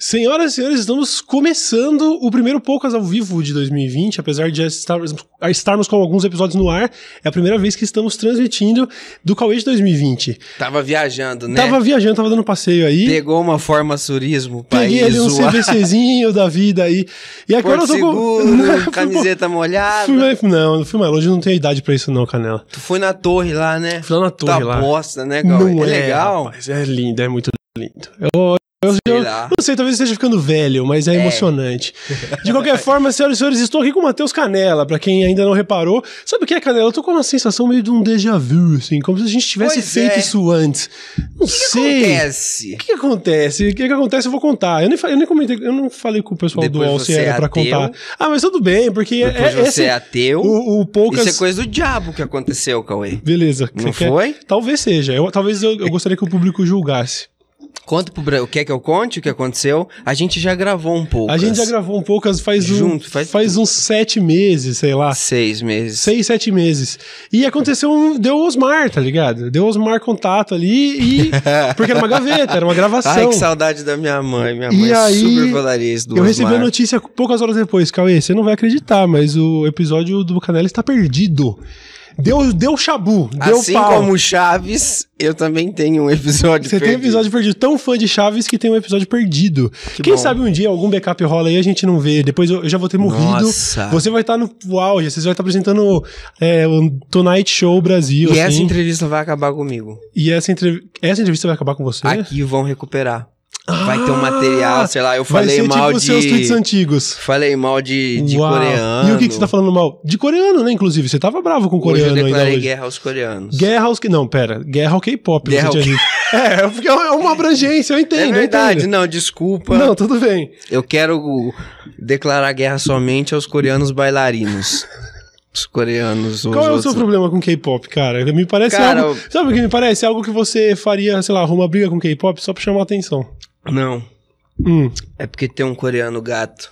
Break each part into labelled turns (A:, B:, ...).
A: Senhoras e senhores, estamos começando o primeiro Poucas ao vivo de 2020, apesar de já estarmos, estarmos com alguns episódios no ar, é a primeira vez que estamos transmitindo do Cauê de 2020.
B: Tava viajando, né?
A: Tava viajando, tava dando passeio aí,
B: Pegou uma forma surismo pra
A: peguei
B: ir
A: ali um
B: zoar.
A: CBCzinho da vida aí, e agora
B: Porto
A: eu tô com...
B: Seguro,
A: Fui-
B: camiseta molhada.
A: Fui mais, não, não fui mais longe, não tenho idade pra isso não, Canela.
B: Tu foi na torre lá, né?
A: Fui lá na torre
B: tá
A: lá.
B: bosta, né, Cauê?
A: Não
B: é legal.
A: rapaz, é lindo, é muito lindo. Eu, eu,
B: Sei
A: eu-
B: lá.
A: não sei, talvez eu esteja ficando velho, mas é, emocionante. De qualquer forma, senhoras e senhores, estou aqui com o Matheus Canela, pra quem ainda não reparou. Sabe o que é, Canela? Eu tô com uma sensação meio de um déjà vu, assim, como se a gente tivesse
B: Pois
A: feito
B: é.
A: isso antes. Não sei.
B: Acontece.
A: O que, que acontece? O que, que acontece? Eu vou contar. Eu nem, fa- eu nem comentei, eu não falei com o pessoal
B: Depois
A: do All
B: você
A: se era
B: é
A: pra
B: ateu.
A: contar. Ah, mas tudo bem, porque é-
B: Depois
A: é,
B: você
A: esse,
B: é ateu.
A: o, o poucas.
B: Isso é coisa do diabo que aconteceu, Cauê.
A: Beleza.
B: Não
A: Você quer-
B: foi?
A: Talvez seja. Eu- talvez eu, eu gostaria que o público julgasse.
B: Conta pro Brasil. Quer que eu conte o que aconteceu? A gente já gravou um pouco.
A: A gente já gravou um pouco as- faz, um-
B: Junto, faz
A: uns sete meses, sei lá.
B: Seis meses.
A: Seis, sete meses. E aconteceu um. Deu Osmar, tá ligado? Deu Osmar contato ali e. Porque era uma gaveta, era uma gravação.
B: Ai, que saudade da minha mãe. Minha
A: E
B: mãe é
A: aí,
B: super falaria isso do
A: Eu recebi a
B: Osmar.
A: notícia poucas horas depois, Cauê, você não vai acreditar, mas o episódio do Canela está perdido. Deu, deu chabu, deu
B: Assim
A: pau.
B: como Chaves, eu também tenho um episódio
A: Você tem
B: perdido.
A: episódio perdido. Tão fã de Chaves que tem um episódio perdido.
B: Que
A: Quem
B: bom.
A: sabe um dia algum backup rola aí a gente não vê. Depois eu, eu já vou ter morrido.
B: Nossa.
A: Você vai estar no auge. Você vai estar apresentando é, o Tonight Show Brasil.
B: E é
A: assim.
B: essa entrevista vai acabar comigo.
A: E essa, entrev- essa entrevista vai acabar com você?
B: Aqui vão recuperar. Vai ter um
A: É? Ah!
B: material, sei lá, eu
A: vai
B: falei
A: ser
B: mal
A: tipo os seus tweets
B: de.
A: antigos.
B: Falei mal de, de
A: Uau.
B: coreano.
A: E o que, que você tá falando mal? De coreano, né? Inclusive, você tava bravo com o coreano
B: Hoje eu
A: ainda
B: declarei
A: hoje.
B: guerra aos coreanos.
A: Guerra aos que. Não, pera. Guerra ao K-pop.
B: Guerra
A: você
B: ao
A: tinha dito. É, porque é uma abrangência, eu entendo.
B: É
A: eu
B: verdade,
A: entendo.
B: não, desculpa.
A: Não, tudo bem.
B: Eu quero declarar guerra somente aos coreanos bailarinos. Os coreanos. os
A: Qual é o
B: outros
A: seu problema com K-pop, cara? Me parece
B: Cara,
A: algo. Sabe o que me parece? Algo que você faria, sei lá, arruma briga com K-pop só pra chamar atenção.
B: Não.
A: Hum.
B: É porque tem um coreano gato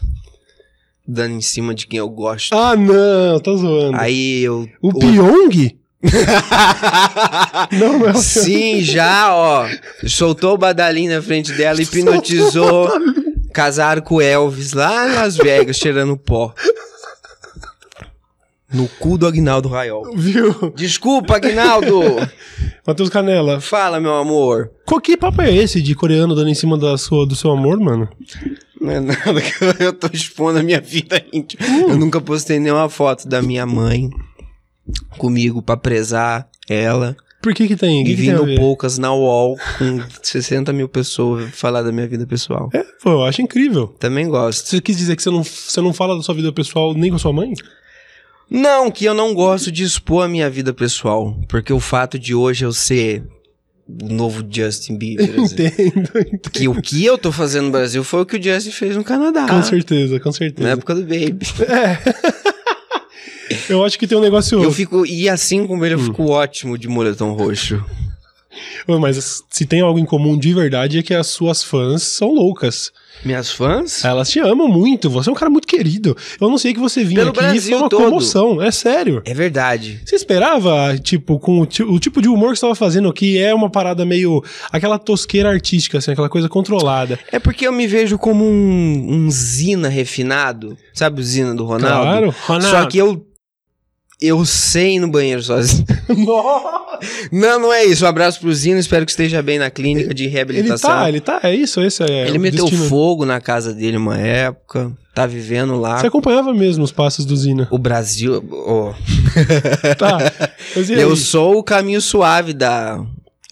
B: dando em cima de quem eu gosto.
A: Ah, não, tá zoando.
B: Aí eu.
A: o Pyong? Não, não é o
B: Sim, já, ó. Soltou o badalim na frente dela, hipnotizou. Casaram com o Elvis lá em Las Vegas, cheirando pó. No cu do Agnaldo Raiol.
A: Viu?
B: Desculpa, Agnaldo!
A: Matheus Canela.
B: Fala, meu amor.
A: Qual que papo é esse de coreano dando em cima da sua, do seu amor, mano?
B: Não é nada que eu- eu tô expondo a minha vida íntima.
A: Hum.
B: Eu nunca postei nenhuma foto da minha mãe comigo pra prezar ela.
A: Por que tá que tem? O
B: E
A: que que tem a
B: vindo
A: ver?
B: poucas na UOL com 60 mil pessoas falar da minha vida pessoal.
A: É, pô, eu acho incrível.
B: Também gosto.
A: Você quis dizer que você não, você não fala da sua vida pessoal nem com a sua mãe?
B: Não, que eu não gosto de expor a minha vida pessoal. Porque o fato de hoje eu ser o novo Justin Bieber. assim,
A: Entendo, entendo.
B: que o que eu tô fazendo no Brasil foi o que o Justin fez no Canadá.
A: Com certeza, com certeza.
B: Na época do Baby.
A: Eu Hum. acho que tem um negócio.
B: Eu fico. E assim como ele, eu fico ótimo de moletom roxo.
A: Ô, Mas se tem algo em comum de verdade é que as suas fãs são loucas.
B: Minhas fãs?
A: Elas te amam muito, você é um cara muito querido. Eu não sei que você vinha
B: Pelo
A: aqui e foi
B: Brasil
A: uma
B: todo.
A: comoção, é sério.
B: É verdade.
A: Você esperava, tipo, com o, ti- o tipo de humor que você tava fazendo, que é uma parada meio. aquela tosqueira artística, assim, aquela coisa controlada.
B: É porque eu me vejo como um, um Zina refinado. Sabe o Zina do Ronaldo?
A: Claro, Ronaldo.
B: Só que eu. Eu sei ir no banheiro sozinho.
A: Nossa!
B: Não, não é isso. Um abraço pro Zina. Espero que esteja bem na clínica de
A: Ele
B: reabilitação.
A: tá, ele tá, é isso, esse é.
B: Ele
A: o
B: meteu
A: destino.
B: fogo na casa dele uma época. Tá vivendo lá.
A: Você acompanhava mesmo os passos do Zina.
B: O Brasil. ó,
A: Tá. Mas e aí?
B: Eu sou o caminho suave da.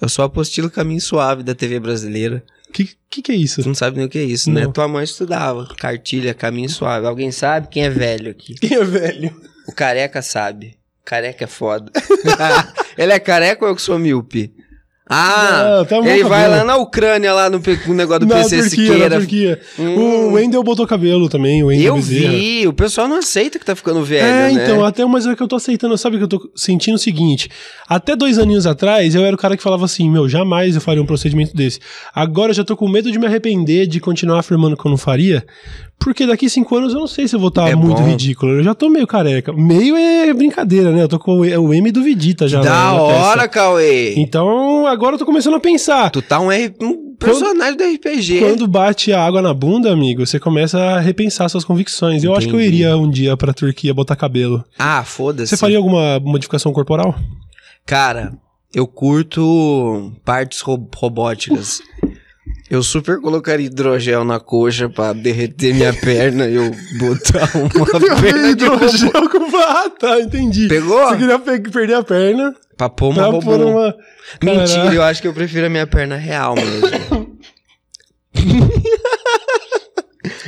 B: Eu sou a apostila caminho suave da TV brasileira.
A: Que, que que é isso?
B: Tu não sabe nem o que é isso, né?
A: Não.
B: Tua mãe estudava. Cartilha, caminho suave. Alguém sabe quem é velho aqui?
A: Quem é velho?
B: O careca sabe. Careca é foda. ele é careca ou eu que sou míope? Ah,
A: Não, tá bom
B: ele vai
A: cabelo.
B: lá na Ucrânia, lá no, pe- no negócio do
A: Na
B: PC
A: Turquia,
B: Siqueira.
A: na Turquia.
B: Hum.
A: O Wendel botou cabelo também, o Wendel
B: Eu
A: Bezerra.
B: vi, o pessoal não aceita que tá ficando velho,
A: é,
B: né?
A: então, até, mas é que eu tô aceitando, sabe o que eu tô sentindo o seguinte, até dois aninhos atrás, eu era o cara que falava assim, meu, jamais eu faria um procedimento desse. Agora eu já tô com medo de me arrepender, de continuar afirmando que eu não faria, porque daqui cinco anos eu não sei se eu vou estar
B: É
A: muito
B: bom.
A: ridículo, eu já tô meio careca. Meio é brincadeira, né, eu tô com o é o M do Vegeta já. né, na- Então,
B: da
A: na testa.
B: hora, Cauê.
A: Então, agora eu tô começando a pensar,
B: Tu é. tá um, R- um personagem do RPG.
A: Quando bate a água na bunda, amigo, você começa a repensar suas convicções. Eu acho que eu
B: Entendi.
A: iria um dia pra Turquia botar cabelo.
B: Ah, foda-se.
A: Você faria alguma modificação corporal?
B: Cara, eu curto partes ro- robóticas. Eu super colocaria hidrogel na coxa pra derreter minha perna e eu botar uma perna de robô.
A: com Ah, tá, entendi.
B: Pegou?
A: Você queria pe- perder a perna
B: Pra pôr uma
A: pra
B: robô.
A: pôr uma...
B: Mentira,
A: Caralho.
B: eu acho que eu prefiro a minha perna real mesmo.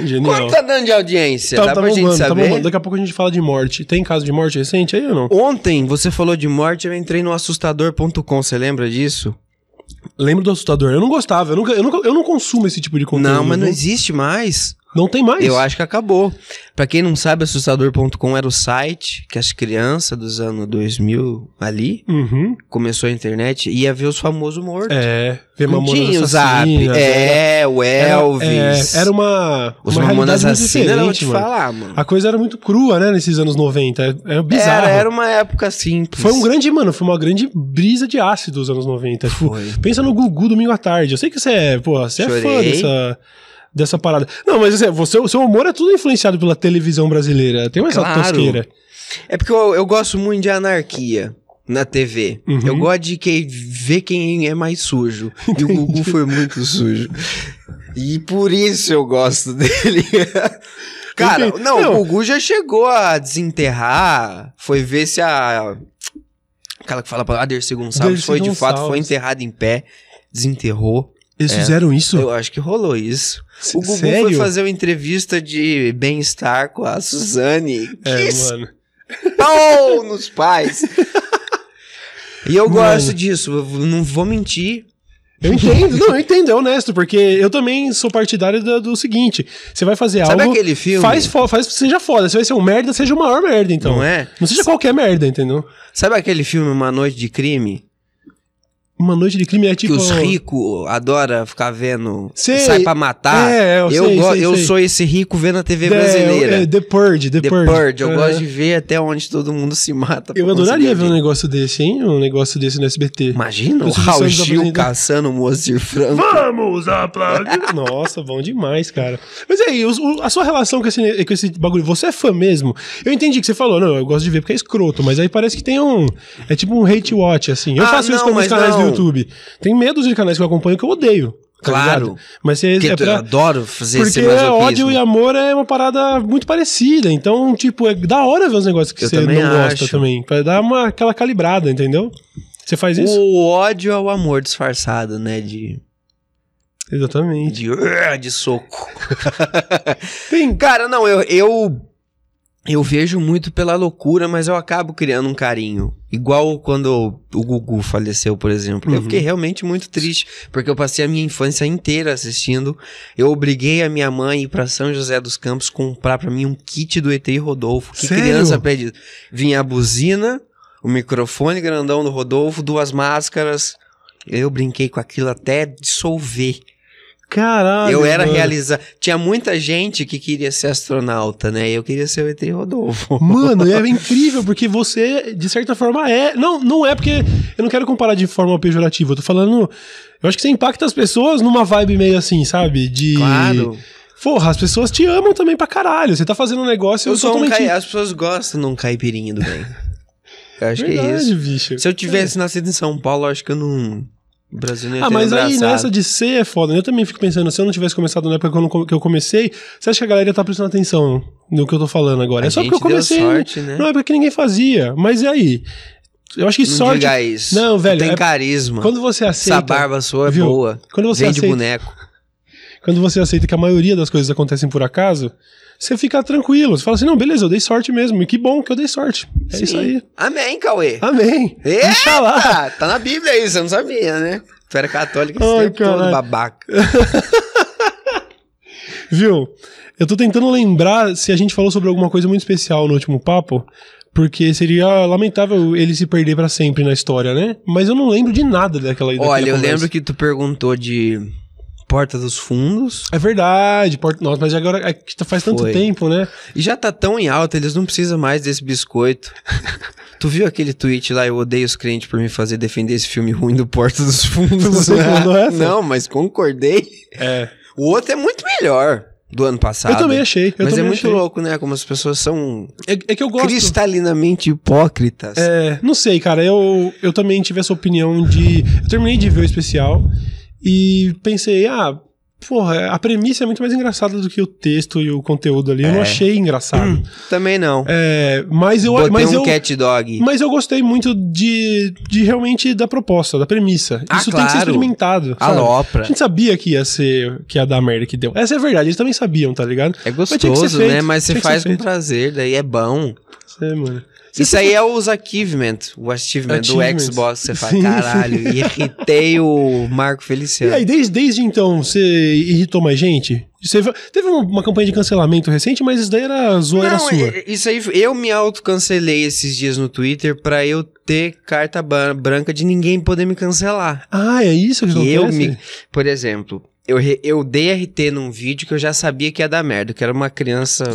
A: Genial.
B: Quanto tá dando de audiência? Dá pra gente
A: bombando, tá
B: saber?
A: bombando. Daqui a pouco a gente fala de morte. Tem caso de morte recente aí ou não?
B: Ontem você falou de morte, eu entrei no assustador.com, você lembra disso?
A: Lembro do assustador. Eu não gostava. Eu, nunca, eu, nunca, eu não consumo esse tipo de conteúdo.
B: Não, mas não existe mais.
A: Não tem mais.
B: Eu acho que acabou. Pra quem não sabe, assustador.com era o site que as crianças dos anos 2000 ali
A: Uhum.
B: começou a internet ia ver os famosos mortos.
A: É. Ver
B: não
A: Mamonas
B: tinha o Zap,
A: Assassinas, né?
B: é, o
A: Era-
B: Elvis.
A: é, era uma.
B: os
A: uma
B: Mamonas
A: realidade muito
B: Assassinas, eu vou
A: diferente,
B: te
A: mano.
B: falar, mano.
A: A coisa era muito crua, né, nesses anos 90. É- Era bizarro.
B: Era, era uma época simples.
A: Foi um grande, mano, foi uma grande brisa de ácido dos anos 90. Tipo,
B: Foi.
A: pensa no Gugu domingo à tarde. Eu sei que você é, porra, você é fã
B: Chorei.
A: dessa, dessa parada. Não, mas assim, você, o seu humor é tudo influenciado pela televisão brasileira. Tem uma
B: Claro.
A: essa tosqueira.
B: É porque eu, eu gosto muito de anarquia na TV.
A: Uhum.
B: Eu gosto de que- ver quem é mais sujo. E o Gugu foi muito sujo. E por isso eu gosto dele. Cara,
A: Entendi.
B: não,
A: Não.
B: o Gugu já chegou a desenterrar. Foi ver se a. Aquela que fala pra a Dercy Gonçalves
A: Dercy
B: foi de fato, foi
A: Gonçalves.
B: enterrada em pé. Desenterrou.
A: Eles fizeram isso?
B: É. Eu acho que rolou isso.
A: S-
B: O Gugu foi
A: Sério?
B: fazer uma entrevista de bem-estar com a Suzane.
A: É,
B: que
A: mano.
B: pau nos pais. E eu
A: Mano.
B: gosto disso, eu não vou mentir.
A: Eu entendo, não, eu entendo, é honesto, porque eu também sou partidário do, do seguinte: você vai fazer
B: Sabe
A: É algo.
B: aquele filme?
A: Faz, fo- faz, seja foda. Se vai ser um merda, seja o maior merda, então.
B: Não é?
A: Não seja qualquer merda, entendeu?
B: Sabe aquele filme Uma Noite de Crime?
A: Uma noite de crime é
B: Que
A: tipo.
B: os ricos adoram ficar vendo.
A: Sei.
B: Sai pra matar.
A: É, eu sei,
B: go-
A: sei,
B: Tá? eu
A: sei.
B: sou esse rico vendo a TV
A: The-
B: brasileira.
A: é, The Purge, The,
B: The
A: Purge.
B: Purge, eu
A: É.
B: gosto de ver até onde todo mundo se mata. pra
A: Eu adoraria
B: conseguir
A: ver um negócio desse, hein? Um negócio desse no SBT.
B: Imagina o
A: Os
B: Raul
A: Santos
B: Gil
A: apresentando-
B: caçando o Moacir Franco.
A: Vamos aplaudir! Nossa, bom demais, cara. Mas aí, os- o- a sua relação com esse, com esse bagulho, você é fã mesmo? Eu entendi que você falou, não, eu gosto de ver porque é escroto, mas aí parece que tem um. É tipo um hate watch, assim. Eu
B: Ah,
A: faço isso
B: não,
A: com meus
B: mas
A: canais
B: não.
A: do YouTube. Tem medo de canais que eu acompanho que eu odeio. tá
B: Claro.
A: ligado? Mas você,
B: Porque
A: é
B: eu
A: pra,
B: adoro fazer
A: Porque
B: esse
A: é,
B: masoquismo.
A: ódio e amor é uma parada muito parecida. Então, tipo, é da hora ver os negócios que
B: Eu
A: você não
B: também
A: gosta
B: acho.
A: também. Pra dar uma, aquela calibrada, entendeu? Você faz isso?
B: O ódio é o amor disfarçado, né? De,
A: Exatamente.
B: de, Urgh, de soco.
A: Tem.
B: Cara, não, eu, eu. Eu vejo muito pela loucura, mas eu acabo criando um carinho. Igual quando o Gugu faleceu, por exemplo. Eu
A: Uhum.
B: fiquei realmente muito triste, porque eu passei a minha infância inteira assistindo. Eu obriguei a minha mãe a ir pra São José dos Campos comprar pra mim um kit do ET Rodolfo. Que
A: Sério?
B: criança pede. Vinha a buzina, o microfone grandão do Rodolfo, duas máscaras. Eu brinquei com aquilo até dissolver.
A: Caralho.
B: Eu era
A: mano.
B: realizar. Tinha muita gente que queria ser astronauta, né? Eu queria ser o ET Rodolfo.
A: Mano, é incrível, porque você, de certa forma, é. Não, não é porque. Eu não quero comparar de forma pejorativa. Eu tô falando. Eu acho que você impacta as pessoas numa vibe meio assim, sabe? De.
B: Claro.
A: Porra, as pessoas te amam também pra caralho. Você tá fazendo um negócio.
B: Eu, sou um
A: totalmente...
B: cai... As pessoas gostam de um caipirinha do bem. Eu acho que é
A: Verdade,
B: isso.
A: bicho.
B: Se eu tivesse nascido em São Paulo, eu acho que eu não. O Brasil não ia
A: Ah,
B: ter
A: mas aí
B: abraçado.
A: nessa de ser é foda. né? Eu também fico pensando, se eu não tivesse começado na época que eu, não come- que eu comecei, você acha que a galera ia tá prestando atenção no que eu tô falando agora?
B: A
A: é só
B: gente
A: porque eu comecei
B: Deu sorte, né?
A: na época que ninguém fazia. Mas e aí? Eu acho que
B: Não
A: sorte.
B: diga isso.
A: Não, velho,
B: Tem
A: é-
B: carisma.
A: Quando você aceita.
B: Essa barba sua é
A: Viu?
B: boa.
A: Quando você,
B: Vende
A: aceita,
B: boneco.
A: quando você aceita que a maioria das coisas acontecem por acaso, você fica tranquilo. Você fala assim: não, beleza, eu dei sorte mesmo. E que bom que eu dei sorte. É isso
B: Sim.
A: aí.
B: Amém, Cauê.
A: Amém.
B: Eita!
A: Inshallah.
B: tá na Bíblia isso, eu não sabia, né? Tu era católico esse
A: Ai,
B: tempo todo,
A: caralho.
B: babaca.
A: Viu? Eu tô tentando lembrar se a gente falou sobre alguma coisa muito especial no último papo, porque seria lamentável ele se perder pra sempre na história, né? Mas eu não lembro de nada daquela daquela
B: Olha, eu
A: conversa.
B: lembro que tu perguntou de Porta dos Fundos.
A: É verdade, Porto Nossa, mas agora é que faz tanto
B: Foi.
A: tempo, né?
B: E já tá tão em alta, eles não precisam mais desse biscoito. tu viu aquele tweet lá, eu odeio os crentes por me fazer defender esse filme ruim do Porta dos Fundos?
A: Você mandou essa?
B: Não, mas concordei.
A: É.
B: O outro é muito melhor do ano passado.
A: Eu também achei. Eu
B: mas
A: também
B: é muito
A: achei.
B: louco, né? Como as pessoas são
A: É, é que eu gosto.
B: cristalinamente hipócritas.
A: É, não sei, cara. Eu, eu também tive essa opinião de. Eu terminei de ver o especial e pensei, ah, porra, a premissa é muito mais engraçada do que o texto e o conteúdo ali. Eu não
B: É.
A: achei engraçado.
B: Também não.
A: É, mas eu.
B: Botei
A: mas
B: um
A: eu
B: cat dog.
A: mas eu gostei muito de, de realmente da proposta, da premissa.
B: Ah,
A: Isso tem que ser
B: claro. Ah, né?
A: experimentado. sabe? A
B: Alopra.
A: gente sabia que ia ser. que ia dar a merda que deu. Essa é a verdade, eles também sabiam, tá ligado?
B: É
A: tinha que ser
B: gostoso, né?
A: feito,
B: Mas
A: tinha
B: você
A: que ser
B: faz com
A: feito.
B: prazer, daí é bom.
A: É, mano.
B: Isso aí é os achievement, o achievement do
A: Achievement.
B: Xbox. Você fala,
A: Sim.
B: caralho, irritei o Marco
A: E
B: Feliciano.
A: aí, desde, desde então, você irritou mais gente? Você va- teve uma, uma campanha de cancelamento recente, mas isso daí era zoeira
B: não,
A: sua.
B: é- é- isso aí, eu me autocancelei esses dias no Twitter pra eu ter carta ba- branca de ninguém poder me cancelar.
A: Ah, é isso que
B: Que
A: acontece?
B: eu me, por exemplo, eu, re- eu dei RT num vídeo que eu já sabia que ia dar merda, que era uma criança,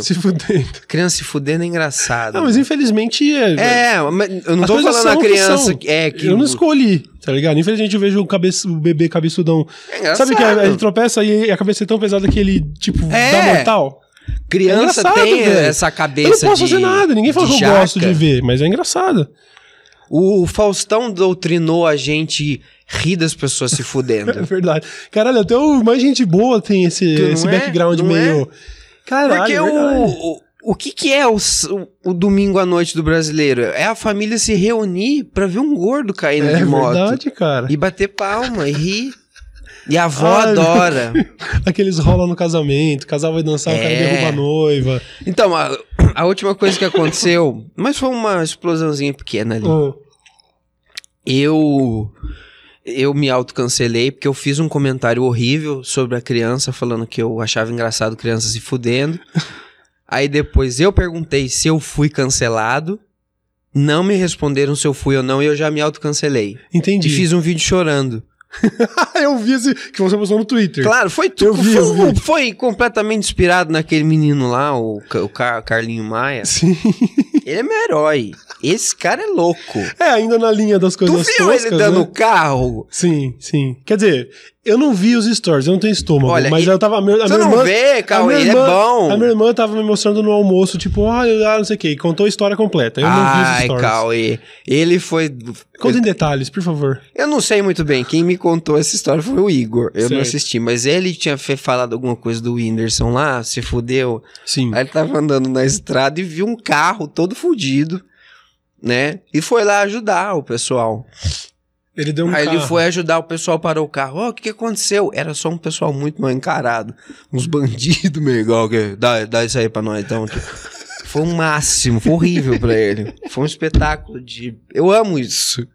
A: Se fudendo.
B: criança se fudendo é engraçado.
A: Não, mas infelizmente... É,
B: É, mas eu não
A: As
B: tô
A: coisas
B: falando
A: são
B: a
A: o que
B: criança
A: são.
B: que é que
A: Eu não escolhi, tá ligado? Infelizmente eu vejo o, cabeça, o bebê cabeçudão.
B: É engraçado.
A: Sabe que a- ele tropeça e a cabeça é tão pesada que ele, tipo,
B: É.
A: dá mortal? É
B: Criança
A: engraçado,
B: tem
A: velho.
B: essa
A: Eu
B: cabeça
A: não posso
B: de-
A: fazer nada, ninguém falou
B: de
A: que eu gosto
B: jaca.
A: de ver, mas é engraçado.
B: O Faustão doutrinou a gente rir das pessoas se
A: É
B: fudendo.
A: verdade. Caralho, até o mais gente boa tem esse,
B: Tu não
A: esse
B: é?
A: background
B: Não
A: meio... Caralho,
B: Porque
A: é
B: o,
A: verdade.
B: o, o que que é o, s- o- o domingo à noite do brasileiro? É a família se reunir pra ver um gordo caindo
A: É
B: de moto.
A: verdade, cara.
B: E bater palma, e rir. E a avó
A: Ai, meu-
B: adora.
A: Aqueles rolam no casamento, o casal vai dançar, o cara
B: É.
A: derruba a noiva.
B: Então, a, a última coisa que aconteceu... Mas foi uma explosãozinha pequena ali.
A: Ah,
B: Eu eu me autocancelei porque eu fiz um comentário horrível sobre a criança falando que eu achava engraçado criança se fudendo. Aí depois eu perguntei se eu fui cancelado. Não me responderam se eu fui ou não e eu já me autocancelei. E
A: entendi. Ah,
B: fiz um vídeo chorando.
A: eu vi esse que você postou no Twitter.
B: Claro, foi
A: Eu
B: tudo.
A: vi, eu
B: Foi, foi completamente inspirado naquele menino lá, o, Ca- o Car- Carlinho Maia.
A: Sim.
B: Ele é meu herói. Esse cara é louco.
A: É, ainda na linha das
B: Tu
A: coisas
B: viu
A: toscas,
B: ele dando
A: né?
B: o carro?
A: Sim, sim. Quer dizer, eu não vi os stories, eu não tenho estômago,
B: Olha,
A: mas
B: e-
A: eu tava... A minha, a
B: Você
A: minha
B: não
A: irmã,
B: vê,
A: a
B: Cauê?
A: minha
B: Ele é
A: irmã-
B: bom.
A: A minha irmã tava me mostrando no almoço, tipo, olha, ah, não sei o que, contou a história completa. Eu não vi os
B: Ai,
A: stories.
B: Cauê. Ele foi.
A: Conta em detalhes, por favor.
B: Eu não sei muito bem. Quem me contou essa história foi o Igor. Eu não
A: Certo.
B: assisti, mas ele tinha fe- falado alguma coisa do Whindersson lá, se fudeu.
A: Sim.
B: Aí ele tava andando na estrada e viu um carro todo fudido, né? E foi lá ajudar o pessoal.
A: Ele deu um
B: Aí ele
A: carro.
B: foi ajudar o pessoal, parou o carro. Ó, o que, que aconteceu? Era só um pessoal muito mal encarado. Uns bandidos, meu igual. Que... Dá, dá isso aí pra nós, então. Foi o máximo, foi horrível pra ele. Foi um espetáculo de. Eu amo isso.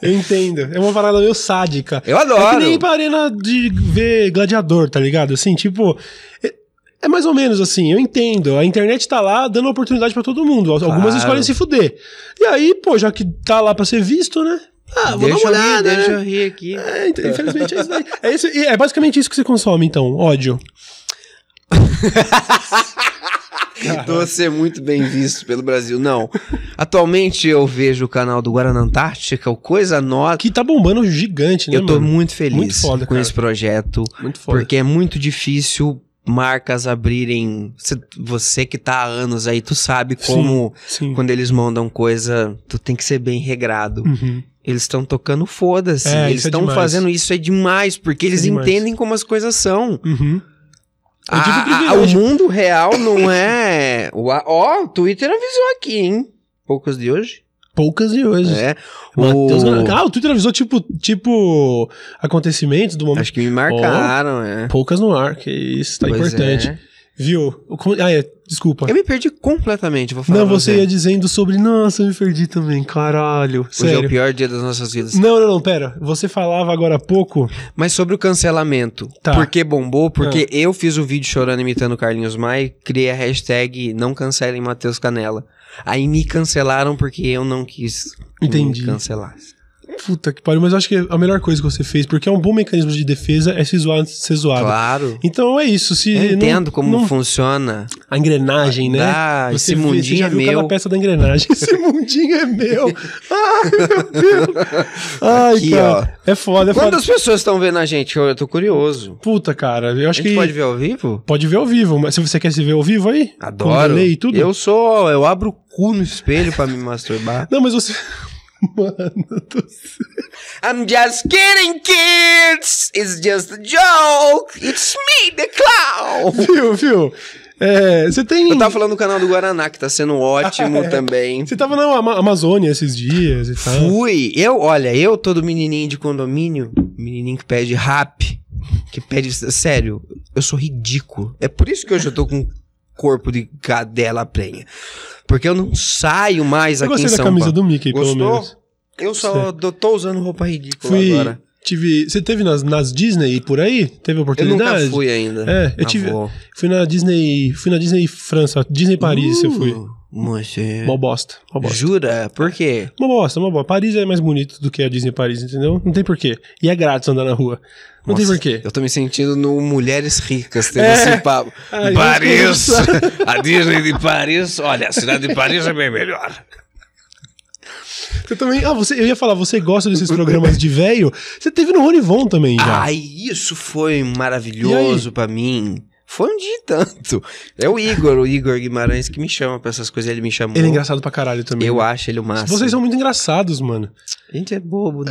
A: Eu entendo. É uma parada meio sádica.
B: Eu
A: É que
B: adoro.
A: nem ir pra arena de ver gladiador, tá ligado? Assim, tipo. É, é mais ou menos assim, eu entendo. A internet tá lá dando oportunidade pra todo mundo. Al- Algumas
B: Claro.
A: escolhem se fuder. E aí, pô, já que tá lá pra ser visto, né? Ah, vou dar
B: deixa
A: uma
B: eu rir,
A: olhada,
B: deixa
A: né?
B: eu rir aqui.
A: É, ent- infelizmente é isso daí. É, isso- e é basicamente isso que você consome, então. Ódio.
B: Então você é muito bem visto pelo Brasil. Não. Atualmente eu vejo o canal do Guarana Antártica, o Coisa Nota.
A: Que tá bombando gigante, né?
B: Eu tô
A: mano?
B: muito feliz
A: Muito foda,
B: com
A: cara.
B: esse projeto.
A: muito
B: Porque é muito difícil marcas abrirem. Cê- Você que tá há anos aí, tu sabe como
A: Sim.
B: quando eles mandam coisa, tu tem que ser bem regrado.
A: Uhum.
B: Eles estão tocando foda-se.
A: É,
B: eles
A: isso é
B: estão
A: demais.
B: fazendo isso é demais, porque
A: Isso é
B: eles
A: demais.
B: entendem como as coisas são.
A: Uhum. Eu tive
B: Ah,
A: o
B: ah, o
A: privilégio.
B: mundo real não é. o a- Ó, o Twitter avisou aqui, hein? Poucos de hoje.
A: Poucas de hoje.
B: É.
A: Matheus
B: O-
A: Galan- Ah, o Twitter avisou, tipo, tipo acontecimentos do momento.
B: Acho que me marcaram, é.
A: Poucas no ar, que isso tá
B: Pois
A: importante.
B: é.
A: Viu? O com- Ah, é, desculpa.
B: Eu me perdi completamente, vou falar.
A: Não,
B: pra
A: você ia dizendo sobre. Nossa, eu me perdi também, caralho.
B: Hoje é o
A: Sério.
B: pior dia das nossas vidas.
A: Não, não, não, pera. Você falava agora há pouco.
B: Mas sobre o cancelamento.
A: Tá. Ah.
B: Porque bombou, porque eu fiz o vídeo chorando imitando o Carlinhos Maia e criei a hashtag não cancelem Matheus Canela. Aí me cancelaram porque eu não quis
A: Entendi.
B: me cancelar.
A: Puta que pariu, mas eu acho que é a melhor coisa que você fez, porque é um bom mecanismo de defesa é se zoar antes de ser zoado.
B: Claro.
A: Então é isso. Se
B: Eu
A: não-
B: entendo como
A: não-
B: funciona.
A: A engrenagem, né?
B: Ah, esse
A: vê-
B: mundinho
A: já
B: é
A: viu cada
B: meu.
A: peça da engrenagem. Esse mundinho é meu. Ai, meu Deus. Ai,
B: Aqui,
A: cara. É foda, é foda.
B: Quantas pessoas estão vendo a gente? Eu, eu tô curioso.
A: Puta, cara. Eu
B: A
A: acho
B: gente
A: que pode
B: pode
A: ver.
B: ver ao vivo?
A: ao vivo. Mas se você quer se ver ao vivo aí? Com
B: Adoro.
A: delay e tudo?
B: Eu sou. Eu abro o cu no espelho pra me masturbar.
A: Não, mas você... Mano, do céu.
B: I'm just kidding, kids! It's just a joke! It's me, the clown!
A: viu, viu? É, você tem...
B: Eu tava falando do canal do Guaraná, que tá sendo ótimo
A: É.
B: também.
A: Você tava na Ama- Amazônia esses dias e tal.
B: Fui. Eu, olha, eu todo menininho de condomínio, menininho que pede rap, que pede, sério, eu sou ridículo. É por isso que hoje eu tô com corpo de cadela prenha. Porque eu não saio mais
A: Eu
B: aqui em
A: gostei da
B: São
A: camisa
B: Paulo.
A: do Mickey, pelo
B: Gostou?
A: menos.
B: Eu só do- tô usando roupa ridícula
A: Fui...
B: agora.
A: Tive... Você teve nas, nas Disney e por aí? Teve
B: Eu
A: oportunidade?
B: nunca fui ainda.
A: É, eu
B: Ah,
A: tive-
B: vou.
A: Fui na Disney. Fui na Disney França, Disney Paris, eu fui.
B: Uh, Você...
A: Mó bosta. Mó bosta.
B: Jura? Por quê?
A: Mó bosta, mó bosta. Paris é mais bonito do que a Disney Paris, entendeu? Não tem porquê. E é grátis andar na rua. Não tem
B: Nossa,
A: porquê.
B: Eu tô me sentindo no Mulheres Ricas tendo
A: É.
B: esse papo.
A: Ai,
B: Paris! A Disney de Paris, olha, a cidade de Paris é bem melhor.
A: Você também. Ah, você, eu ia falar, você gosta desses programas de velho? Você teve no Ronivon também já.
B: Ai, isso foi maravilhoso pra mim. Foi um dia e tanto. É o Igor, o Igor Guimarães, que me chama pra essas coisas. Ele me chamou.
A: Ele é engraçado pra caralho também.
B: Eu acho ele o máximo.
A: Vocês são muito engraçados, mano.
B: A gente é bobo, né?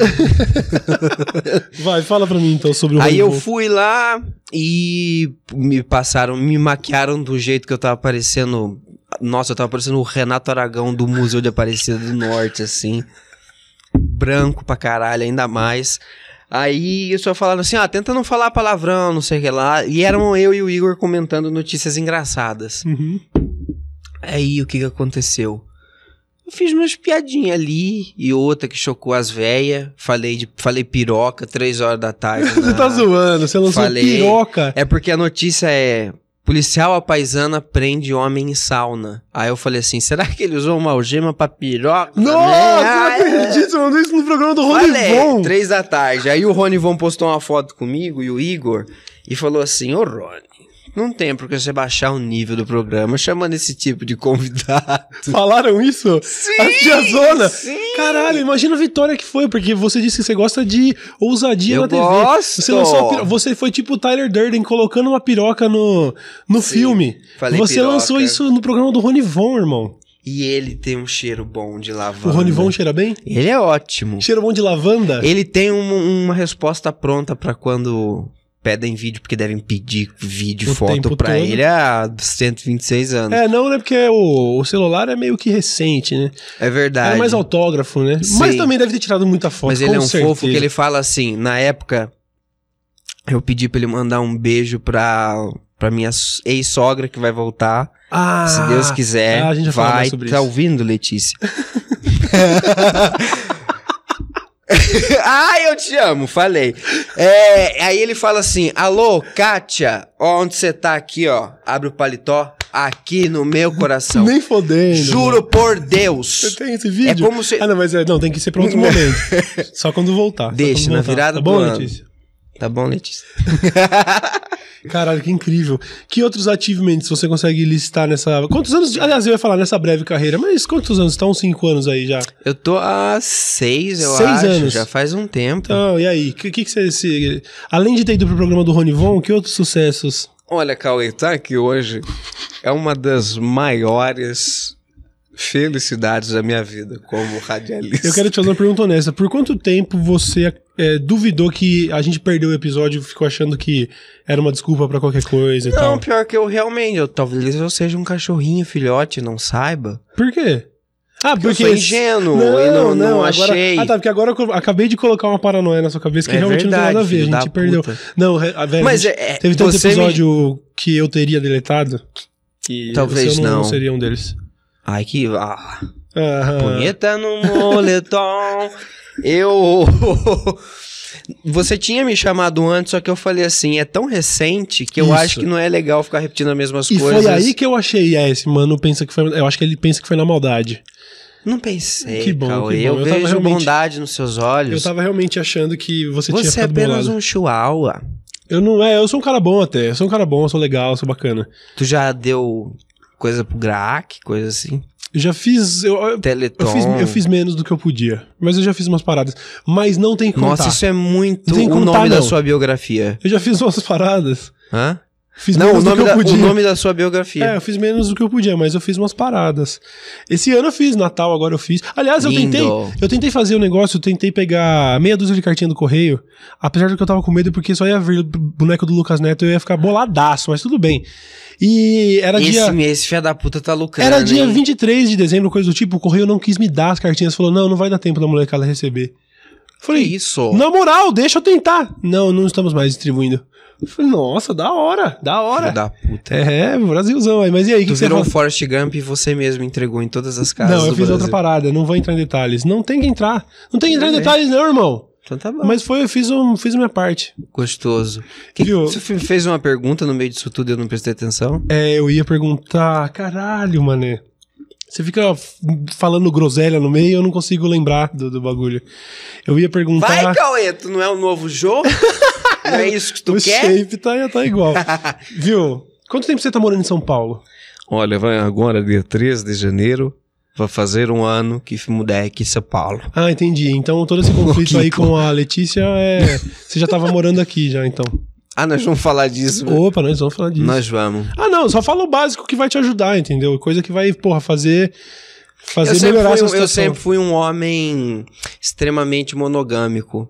A: Vai, fala pra mim então sobre o
B: Aí eu
A: Ronivon.
B: fui lá e me passaram, me maquiaram do jeito que eu tava parecendo. Nossa, eu tava parecendo o Renato Aragão do Museu de Aparecida do Norte, assim. Branco pra caralho, ainda mais. Aí eu só falaram assim, ah, tenta não falar palavrão, não sei o que lá. E eram eu e o Igor comentando notícias engraçadas.
A: Uhum.
B: Aí o que que aconteceu? Eu fiz umas piadinhas ali e outra que chocou as véias. Falei, de, falei piroca, três horas da tarde.
A: Você
B: na-
A: tá zoando, você lançou
B: Ah, Falei.
A: piroca.
B: é porque a notícia é: policial apaisana prende homem em sauna. Aí eu falei assim: será que ele usou uma algema pra piroca?
A: Nossa, não
B: né? Ah,
A: acredito, você mandou isso no programa do
B: é." Falei,
A: Ronivon.
B: três da tarde. Aí o Rony Von postou uma foto comigo e o Igor e falou assim: Ô Rony, não tem por que você baixar o nível do programa chamando esse tipo de convidado.
A: Falaram isso?
B: Sim!
A: A tia Zona?
B: Sim!
A: Caralho, imagina a vitória que foi, porque você disse que você gosta de ousadia
B: Eu
A: na TV.
B: gosto.
A: Você, lançou a piro- você foi tipo o Tyler Durden colocando uma piroca no, no
B: Sim,
A: filme.
B: falei
A: você
B: piroca.
A: lançou isso no programa do Ronivon, irmão.
B: E ele tem um cheiro bom de
A: O
B: lavanda.
A: Ronivon cheira bem?
B: Ele é ótimo.
A: Cheira bom de lavanda?
B: Ele tem um- uma resposta pronta pra quando pedem vídeo, porque devem pedir vídeo,
A: O tempo
B: foto pra
A: todo.
B: ele há 126 anos.
A: É, não, né? Porque o, o celular é meio que recente, né?
B: É, verdade.
A: Era mais autógrafo, né?
B: Sim.
A: Mas também deve ter tirado muita foto,
B: Mas ele
A: com
B: é um fofo que
A: certeza.
B: ele fala assim, na época eu pedi pra ele mandar um beijo pra, pra minha s- ex-sogra que vai voltar,
A: Ah,
B: se Deus quiser.
A: ah, a gente já falou
B: vai,
A: mais sobre
B: tá
A: isso.
B: ouvindo, Letícia? ah, eu te amo, falei. É, aí ele fala assim: Alô, Kátia, ó, onde você tá aqui, ó? Abre o paletó, aqui no meu coração.
A: Nem fodendo.
B: Juro por Deus.
A: Você tem esse
B: É
A: vídeo?
B: como se.
A: Ah, não, mas é, não, tem que ser pra outro momento. Só quando voltar. só
B: Deixa,
A: quando
B: na
A: voltar.
B: virada
A: tá
B: do
A: bom,
B: ano.
A: Letícia?
B: Tá bom, Letícia?
A: Caralho, que incrível. Que outros achievements você consegue listar nessa. Quantos anos. de- Aliás, eu ia falar nessa breve carreira, mas quantos anos? Estão cinco anos aí já.
B: Eu tô há seis, eu
A: Seis
B: acho.
A: anos.
B: Já faz um tempo.
A: Então, e aí? O que, que, que você. se- Além de ter ido pro programa do Ronivon, que outros sucessos?
B: Olha, Cauê, tá aqui hoje é uma das maiores felicidades da minha vida como radialista.
A: Eu quero te fazer uma pergunta honesta. Por quanto tempo você é, duvidou que a gente perdeu o episódio ficou achando que era uma desculpa pra qualquer coisa e
B: Não,
A: tal?
B: pior que eu realmente, eu, talvez eu seja um cachorrinho filhote, não saiba.
A: Por quê? Ah,
B: Porque, eu sou ingênuo e não, não,
A: agora-
B: achei.
A: Ah, tá, porque agora eu co- acabei de colocar uma paranoia na sua cabeça que
B: É
A: realmente não tem nada a
B: verdade,
A: ver, a
B: filho da
A: gente perdeu.
B: puta.
A: Não, re- a velho,
B: Mas
A: gente-
B: é, é,
A: teve tanto
B: você me-
A: episódio que eu teria deletado que
B: Talvez
A: o seu não,
B: não.
A: seria um deles.
B: Ai, que... Ah,
A: Aham.
B: punheta no moletom. eu... Você tinha me chamado antes, só que eu falei assim, é tão recente que eu
A: Isso.
B: acho que não é legal ficar repetindo as mesmas
A: E
B: coisas.
A: foi aí que eu achei, é, esse mano pensa que foi, eu acho que ele pensa que foi na maldade.
B: Não pensei,
A: Que bom,
B: Cauê.
A: que bom.
B: Eu,
A: Eu tava
B: vejo
A: realmente-
B: bondade nos seus
A: Eu
B: olhos.
A: tava realmente achando que você, tinha
B: Você é
A: ficado
B: apenas
A: bolado.
B: um chihuahua.
A: Eu não é, eu sou um cara bom até. Eu sou um cara bom, eu sou legal, eu sou bacana.
B: Tu já deu coisa pro Graak, coisa assim?
A: Eu já fiz. Eu, eu,
B: Teleton.
A: eu fiz, eu fiz menos do que eu podia. Mas eu já fiz umas paradas. Mas não tem que contar.
B: Nossa, isso é muito
A: Não tem
B: o
A: que contar,
B: nome da
A: não.
B: sua biografia.
A: Eu já fiz umas paradas.
B: Hã?
A: Fiz
B: Não, o
A: menos do que
B: nome,
A: eu
B: da, o
A: podia.
B: nome da sua biografia.
A: É, eu fiz menos do que eu podia, mas eu fiz umas paradas. Esse ano eu fiz, Natal agora eu fiz. Aliás, eu
B: Lindo.
A: tentei, eu tentei fazer um negócio, eu tentei pegar meia dúzia de cartinha do correio, apesar de que eu tava com medo porque só ia vir o boneco do Lucas Neto e eu ia ficar boladaço, mas tudo bem. E era
B: Esse,
A: dia
B: esse filho da puta tá lucrando.
A: era dia
B: hein?
A: 23 de dezembro, coisa do tipo, o correio não quis me dar as cartinhas, falou: "Não, não vai dar tempo da molecada receber".
B: Que
A: Falei:
B: É isso?
A: "Na moral, deixa eu tentar". Não, não estamos mais distribuindo. Eu Falei, nossa, da hora, da hora.
B: Filho da puta.
A: É, Brasilzão aí. Mas e aí, o que,
B: Tu
A: que você
B: virou um
A: faz?
B: Forrest Gump e você mesmo entregou em todas as casas.
A: Não, eu
B: do
A: fiz
B: Brasil.
A: outra parada, não vou entrar em detalhes. Não tem que entrar. Não tem que entrar em
B: Tudo bem.
A: detalhes, não, irmão.
B: Então tá bom.
A: Mas foi, eu fiz, um, fiz a minha parte.
B: Gostoso. Que,
A: Viu?
B: você fe- fez uma pergunta no meio disso tudo e eu não prestei atenção?
A: É, eu ia perguntar, caralho, mané. Você fica f- falando groselha no meio, eu não consigo lembrar do, do bagulho. Eu ia perguntar.
B: Vai, Cauê, tu não é um novo jogo? não é isso que tu
A: o
B: quer?
A: shape tá, tá igual. Viu? Quanto tempo você tá morando em São Paulo?
B: Olha, vai agora, dia 13 de janeiro, vai fazer um ano que mudei aqui em São Paulo.
A: Ah, entendi. Então todo esse conflito
B: Pouquinho,
A: aí com a Letícia é. Você já tava morando aqui já, então.
B: Ah, nós vamos falar disso. né?
A: Opa, nós vamos falar disso.
B: Nós vamos.
A: Ah, não, só fala o básico que vai te ajudar, entendeu? Coisa que vai, porra, fazer. Fazer
B: Eu sempre,
A: melhorar
B: fui,
A: essa
B: um- eu
A: situação.
B: sempre fui um homem extremamente monogâmico.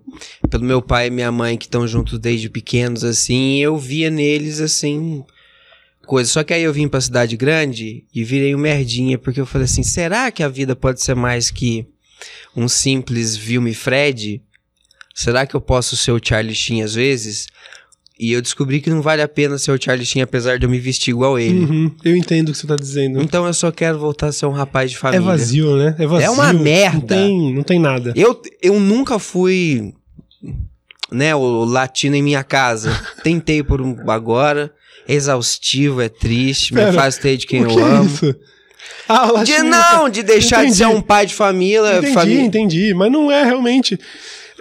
B: Pelo meu pai e minha mãe, que estão juntos desde pequenos, assim, eu via neles, assim, coisas. Só que aí eu vim pra cidade grande e virei um merdinha, porque eu falei assim: será que a vida pode ser mais que um simples Vilme Fred? Será que eu posso ser o Charlie Sheen às vezes? E eu descobri que não vale a pena ser o Charlie Sheen, apesar de eu me vestir igual ele.
A: Uhum, eu entendo o que você tá dizendo.
B: Então eu só quero voltar a ser um rapaz de
A: É
B: família.
A: vazio, né? É vazio.
B: É uma merda.
A: Não tem, não tem nada.
B: Eu, eu nunca fui, né, o latino em minha casa. Tentei por um agora. Exaustivo, é triste, me
A: Pera,
B: afastei de quem
A: o
B: eu
A: que é
B: amo.
A: isso? Ah, eu
B: De não, de deixar de ser
A: Entendi.
B: um pai de família,
A: Entendi,
B: família.
A: entendi. Mas não é realmente.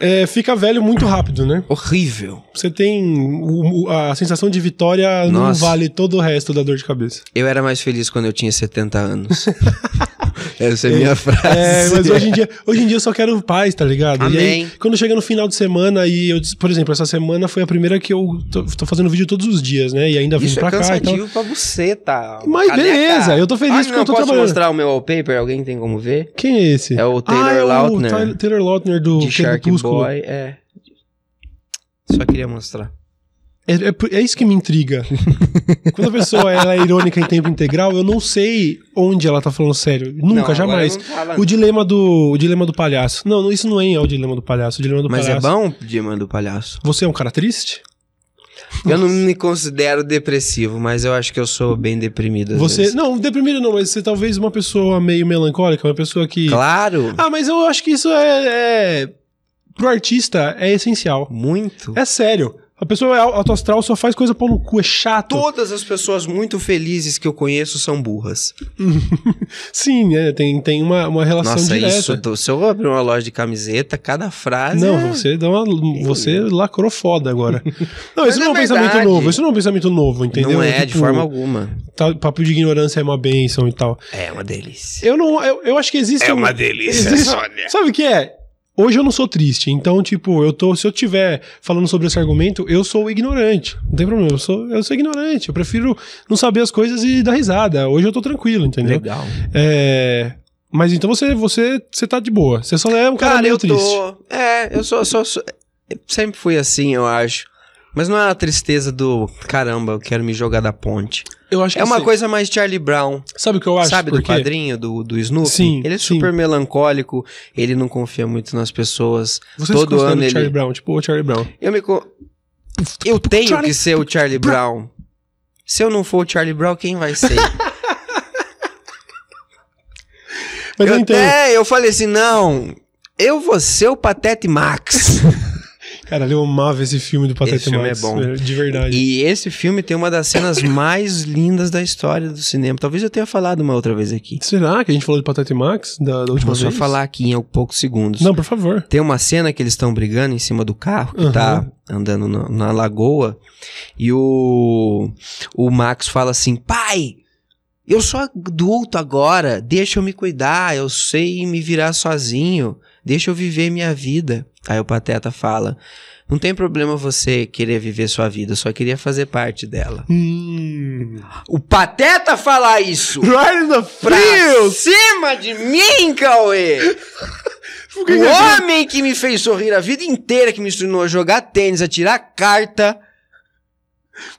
A: É, fica velho muito rápido, né?
B: Horrível.
A: Você tem. o- o- a sensação de vitória não
B: Nossa.
A: vale todo o resto da dor de cabeça.
B: Eu era mais feliz quando eu tinha 70 anos. Essa é a minha frase.
A: É, mas hoje em dia, hoje em dia eu só quero paz, tá ligado? E aí,
B: Amém.
A: quando chega no final de semana e eu, por exemplo, essa semana foi a primeira que eu tô, tô fazendo vídeo todos os dias, né? E ainda vim
B: Isso
A: pra
B: é
A: cá e tal.
B: cansativo pra você, tá?
A: Mas beleza, eu tô feliz porque
B: não,
A: eu tô
B: posso
A: trabalhando.
B: mostrar o meu wallpaper? Alguém tem como ver?
A: Quem é esse?
B: É o Taylor
A: ah, é
B: Lautner.
A: O Tyler- Taylor Lautner do
B: de Shark
A: Crepúsculo.
B: Boy, é. Só queria mostrar.
A: É, é por- é isso que me intriga. Quando a pessoa ela é irônica em tempo integral, eu não sei onde ela tá falando sério. Nunca,
B: Não, agora
A: jamais.
B: eu não tava,
A: O dilema do o dilema do palhaço. Não, não, isso não é o dilema do palhaço. O dilema do
B: Mas é
A: palhaço.
B: bom o Dilma do Palhaço.
A: Você é um cara triste?
B: Eu não me considero depressivo, mas eu acho que eu sou bem deprimido. às
A: Você.
B: vezes.
A: Não, deprimido não, mas você talvez uma pessoa meio melancólica, uma pessoa que.
B: Claro,
A: Ah, mas eu acho que isso é. é- Pro artista é essencial.
B: muito.
A: É sério. A pessoa é autoastral só faz coisa pão no cu, é chato.
B: Todas as pessoas muito felizes que eu conheço são burras.
A: Sim, é, tem, tem uma, uma relação
B: Nossa,
A: direta.
B: isso. do- Se eu abrir uma loja de camiseta, cada frase.
A: Não,
B: é-
A: você dá uma, você lacrou foda agora. Não,
B: Mas
A: isso
B: é
A: não é um pensamento
B: verdade.
A: novo. Isso não é um pensamento novo, entendeu?
B: não é, de
A: Tipo,
B: forma alguma.
A: tá- papo de ignorância é uma benção e tal.
B: É uma delícia. É
A: Eu não. Eu, eu acho que existe. um-
B: delícia,
A: Existe- Sabe o que é? Hoje eu não sou triste, então, tipo, eu tô. Se eu tiver falando sobre esse argumento, eu sou ignorante. Não tem problema, eu sou, eu sou ignorante. Eu prefiro não saber as coisas e dar risada. Hoje eu tô tranquilo, entendeu?
B: Legal.
A: É, Mas então você, você, você tá de boa. Você só é um cara, meio
B: eu
A: triste.
B: tô. É, eu sou, sou, sou- eu Sempre fui assim, eu acho. Mas não é a tristeza do caramba, eu quero me jogar da ponte.
A: Eu acho que
B: É uma
A: assim,
B: coisa mais Charlie Brown.
A: Sabe o que eu acho?
B: sabe do
A: Porque-
B: quadrinho do, do Snoopy?
A: Sim,
B: Ele é
A: sim.
B: super melancólico, ele não confia muito nas pessoas.
A: Você se
B: Todo
A: considera
B: ano
A: o Charlie
B: ele-
A: Brown, tipo o Charlie Brown.
B: Eu me. co- Eu tenho
A: Charlie
B: que ser o Charlie Brown. Se eu não for o Charlie Brown, quem vai ser?
A: Mas eu,
B: eu
A: entendo.
B: até eu falei assim, não. Eu vou ser o Patete Max.
A: Cara, eu amava esse filme do Pateta
B: Esse filme
A: Marx,
B: é bom.
A: velho, De verdade.
B: E esse filme tem uma das cenas mais lindas da história do cinema. Talvez eu tenha falado uma outra vez aqui.
A: Será que a gente falou de Pateta e Max da, da última
B: Vou só
A: vez?
B: falar aqui em poucos segundos.
A: Não, por favor.
B: Tem uma cena que eles estão brigando em cima do carro que
A: Uhum.
B: tá andando na, na lagoa e o, o Max fala assim: pai, eu sou adulto agora, deixa eu me cuidar, eu sei me virar sozinho, deixa eu viver minha vida. Aí o Pateta fala: não tem problema você querer viver sua vida, eu só queria fazer parte dela.
A: Hum.
B: O Pateta fala isso!
A: Right in the
B: Pra
A: feels!
B: cima de mim, Cauê!
A: Por que que é
B: O homem que me fez sorrir a vida inteira, que me ensinou a jogar tênis, a tirar carta.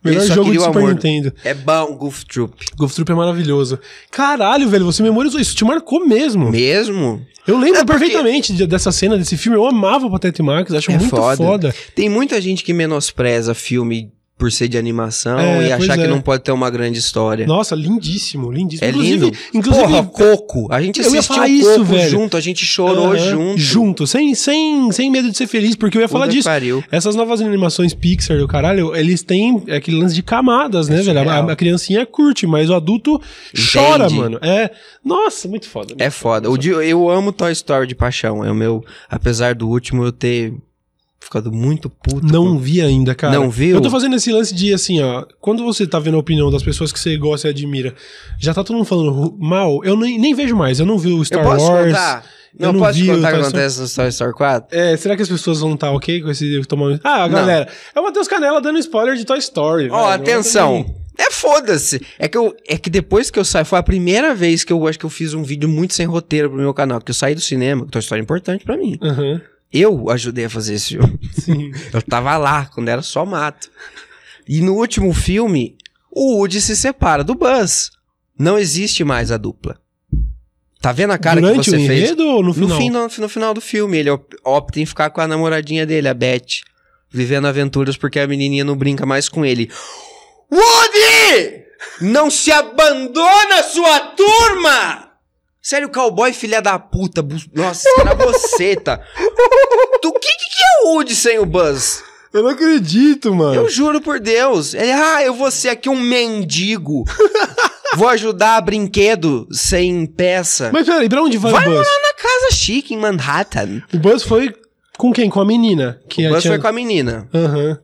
A: Melhor
B: Ele só
A: jogo de
B: queria o
A: Super
B: amor.
A: Nintendo.
B: É bom, Goof Troop.
A: Golf Troop é maravilhoso. Caralho, velho, você memorizou isso, te marcou mesmo.
B: Mesmo?
A: Eu lembro
B: É porque-
A: perfeitamente de- dessa cena, desse filme. Eu amava o Pateta e Max, acho
B: É
A: muito foda.
B: foda. Tem muita gente que menospreza filme por ser de animação
A: É,
B: e achar
A: pois
B: que
A: é.
B: não pode ter uma grande história.
A: Nossa, lindíssimo, lindíssimo.
B: É
A: inclusive,
B: lindo.
A: inclusive
B: Porra, Coco. A gente
A: Eu ia
B: assistiu
A: falar isso,
B: Coco
A: velho.
B: junto, a gente chorou
A: Aham,
B: junto.
A: Junto, sem, sem, sem medo de ser feliz, porque eu ia falar
B: Puta que
A: disso.
B: pariu.
A: Essas novas animações Pixar do caralho, eles têm aquele lance de camadas, né, velho? A,
B: É surreal.
A: a criancinha curte, mas o adulto
B: Entende.
A: chora, mano. É. Nossa, muito foda.
B: É foda. O de- eu amo Toy Story de paixão. É o meu. Apesar do último eu ter ficado muito puto.
A: Não
B: com-
A: vi ainda, cara.
B: Não viu?
A: Eu tô fazendo esse lance de assim, ó. Quando você tá vendo a opinião das pessoas que você gosta e admira, já tá todo mundo falando ru- mal. Eu nem, nem vejo mais. Eu não vi o
B: Eu
A: Star
B: posso
A: Wars.
B: contar?
A: eu
B: Não,
A: não
B: posso
A: vi
B: te
A: o
B: contar o que
A: Toy Story.
B: acontece no Toy Story 4?
A: É, será que as pessoas vão estar ok com esse tomar. Ah,
B: Não.
A: galera, é o Matheus Canela dando spoiler de Toy Story.
B: Ó,
A: velho.
B: atenção. É foda-se. É que, eu, é que depois que eu saí, foi a primeira vez que eu acho que eu fiz um vídeo muito sem roteiro pro meu canal. Que eu saí do cinema, que é uma história importante pra mim.
A: Aham,
B: Eu ajudei a fazer esse filme.
A: sim.
B: Eu tava lá, quando era só mato. E no último filme, o Woody se separa do Buzz. Não existe mais a dupla. Tá vendo a cara
A: Durante
B: que você
A: o
B: fez?
A: enredo ou no
B: No,
A: final?
B: fim, no, no final do filme, ele op- opta em ficar com a namoradinha dele, a Beth, vivendo aventuras porque a menininha não brinca mais com ele. Woody! Não se abandona, sua turma! Sério, cowboy, filha da puta. bu- Nossa, na boceta. Tu que, que que é o Woody sem o Buzz?
A: Eu não acredito, mano.
B: Eu juro por Deus. Ele, ah, eu vou ser aqui um mendigo. vou ajudar a brinquedo sem peça.
A: Mas peraí, pra onde vai,
B: Vai
A: o Buzz?
B: morar na casa chique em Manhattan.
A: O Buzz foi com quem? Com a menina. Que
B: O
A: a
B: Buzz
A: tinha-
B: foi com a menina.
A: Aham.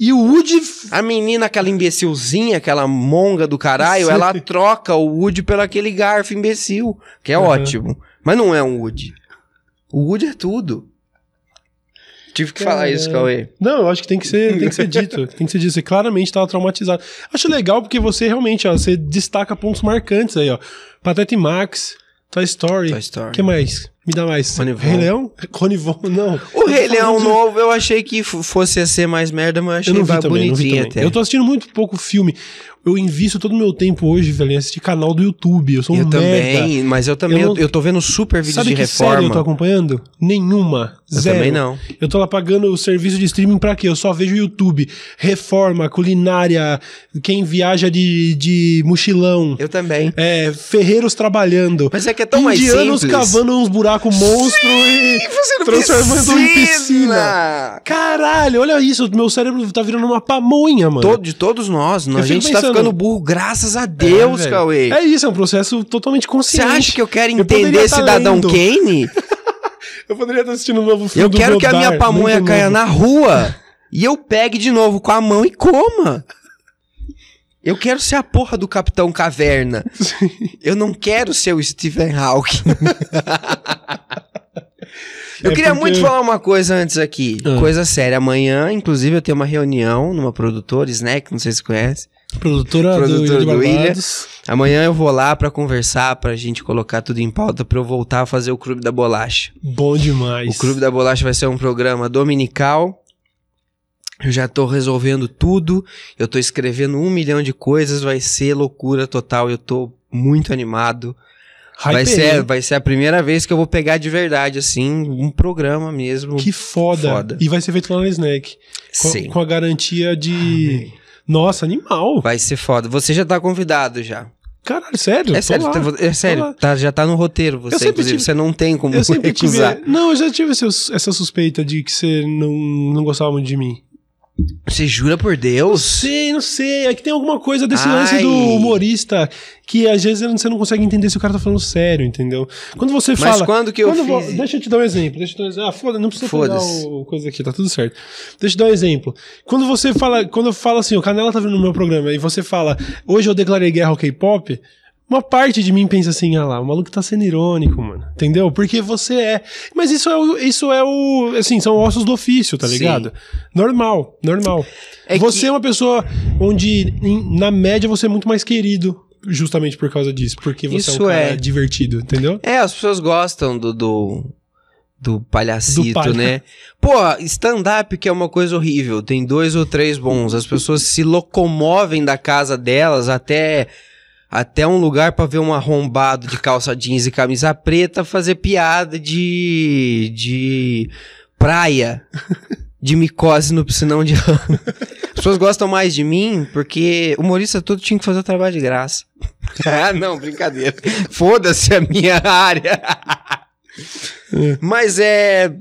A: E o Woody. f-
B: A menina, aquela imbecilzinha, aquela monga do caralho,
A: Sim.
B: ela troca o Woody pelo aquele garfo imbecil, que é
A: Aham.
B: ótimo. Mas não é um Woody. O Woody é tudo. Tive que falar
A: Caralho.
B: isso, Cauê.
A: Não, eu acho que tem que ser, tem que ser dito. Tem que ser dito. Você claramente tava traumatizado. Acho legal porque você realmente, ó, você destaca pontos marcantes aí, ó. Pateta e Max, Toy Story.
B: Toy
A: O
B: Story.
A: que mais? Me dá mais.
B: Rony Von.
A: Rei Leão? Rony Von, não.
B: O Rei Leão
A: de-
B: novo, eu achei que f- fosse ser mais merda, mas eu achei
A: Eu não vi
B: vai
A: também, não vi
B: bonitinho
A: também.
B: até.
A: Eu tô assistindo muito pouco filme. Eu invisto todo o meu tempo hoje, velho, em assistir canal do YouTube. Eu sou um
B: Eu
A: merda.
B: também, mas eu também,
A: Eu
B: eu,
A: não-
B: eu tô vendo super vídeos
A: Sabe
B: de
A: que série eu tô
B: reforma.
A: acompanhando? Nenhuma.
B: Eu
A: Zero.
B: também não.
A: Eu tô lá pagando o serviço de streaming pra quê? Eu só vejo YouTube. Reforma, culinária, quem viaja de, de mochilão.
B: Eu também.
A: É, ferreiros trabalhando.
B: Mas é que é tão mais
A: indianos
B: simples.
A: cavando uns buracos monstros e
B: Você não
A: É transformando em piscina.
B: piscina.
A: Caralho, olha isso. Meu cérebro tá virando uma pamonha, mano.
B: Todo, de todos nós, não,
A: Eu
B: a
A: fico
B: gente tá
A: pensando-
B: ficando burro, graças a Deus,
A: É, velho.
B: Cauê.
A: É isso, é um processo totalmente
B: Você
A: consciente.
B: acha que eu quero
A: Eu poderia
B: entender
A: tá
B: Cidadão
A: lendo.
B: Kane?
A: Eu poderia estar assistindo um novo filme
B: Eu
A: do
B: quero que a
A: Godard,
B: minha pamonha
A: muito
B: caia
A: novo.
B: na rua e eu pegue de novo com a mão e coma. Eu quero ser a porra do Capitão Caverna. Eu não quero ser o Stephen Hawking. eu
A: É
B: queria
A: porque-
B: muito falar uma coisa antes aqui.
A: Ah.
B: Coisa séria. Amanhã, inclusive, eu tenho uma reunião numa produtora, Snack, não sei se você conhece.
A: Produtora,
B: Produtora
A: do, Ilha de
B: do Ilha.
A: Barbados.
B: Amanhã eu vou lá pra conversar, pra gente colocar tudo em pauta, pra eu voltar a fazer o Clube da Bolacha.
A: Bom demais.
B: O Clube da Bolacha vai ser um programa dominical. Eu já tô resolvendo tudo. Eu tô escrevendo um milhão de coisas. Vai ser loucura total. Eu tô muito animado.
A: Hype
B: vai,
A: aí,
B: ser,
A: hein?
B: vai ser a primeira vez que eu vou pegar de verdade, assim, um programa mesmo.
A: Que foda.
B: Foda.
A: E vai ser feito lá no Snack. Com,
B: Sim.
A: com a Ah, garantia de. Nossa, animal.
B: Vai ser foda. Você já tá convidado já.
A: Caralho, sério?
B: É
A: Tô
B: sério,
A: lá.
B: tá- é sério
A: lá.
B: tá- já tá no roteiro você,
A: sempre
B: inclusive.
A: tive-
B: Você não tem como
A: Eu sempre tive.
B: recusar.
A: Não, eu já tive esse- essa suspeita de que você não, não gostava muito de mim.
B: Você jura por
A: Não
B: Deus?
A: sei, não sei. É que tem alguma coisa desse
B: Ai.
A: lance do humorista que às vezes você não consegue entender se o cara tá falando sério, entendeu? Quando você
B: Mas
A: fala.
B: quando que eu
A: Quando vo-
B: fiz?
A: Deixa eu te dar um exemplo. Deixa eu te dar um exemplo. Ah, foda, não precisa pegar
B: Foda-se.
A: o coisa aqui, tá tudo certo. Deixa eu te dar um exemplo. Quando você fala, quando eu falo assim, o Canela tá vindo no meu programa e você fala, hoje eu declarei guerra ao K-pop, uma parte de mim pensa assim, ah lá, o maluco tá sendo irônico, mano. Entendeu? Porque você é. Mas isso é o, isso é o, assim, são ossos do ofício, tá
B: Sim.
A: ligado? Normal, normal.
B: É
A: você
B: que-
A: é uma pessoa onde em- na média você é muito mais querido. Justamente por causa disso, porque você é um
B: Isso
A: cara
B: é.
A: divertido, entendeu?
B: É, as pessoas gostam do. do... Do palhacito,
A: Do palha-
B: né? Pô, stand-up que é uma coisa horrível. Tem dois ou três bons. As pessoas se locomovem da casa delas até até um lugar pra ver um arrombado de calça jeans e camisa preta fazer piada de. de. praia. De micose no piscinão de lama. As pessoas gostam mais de mim porque o humorista todo tinha que fazer o trabalho de graça. ah, não, brincadeira. Foda-se a minha área. Mas é.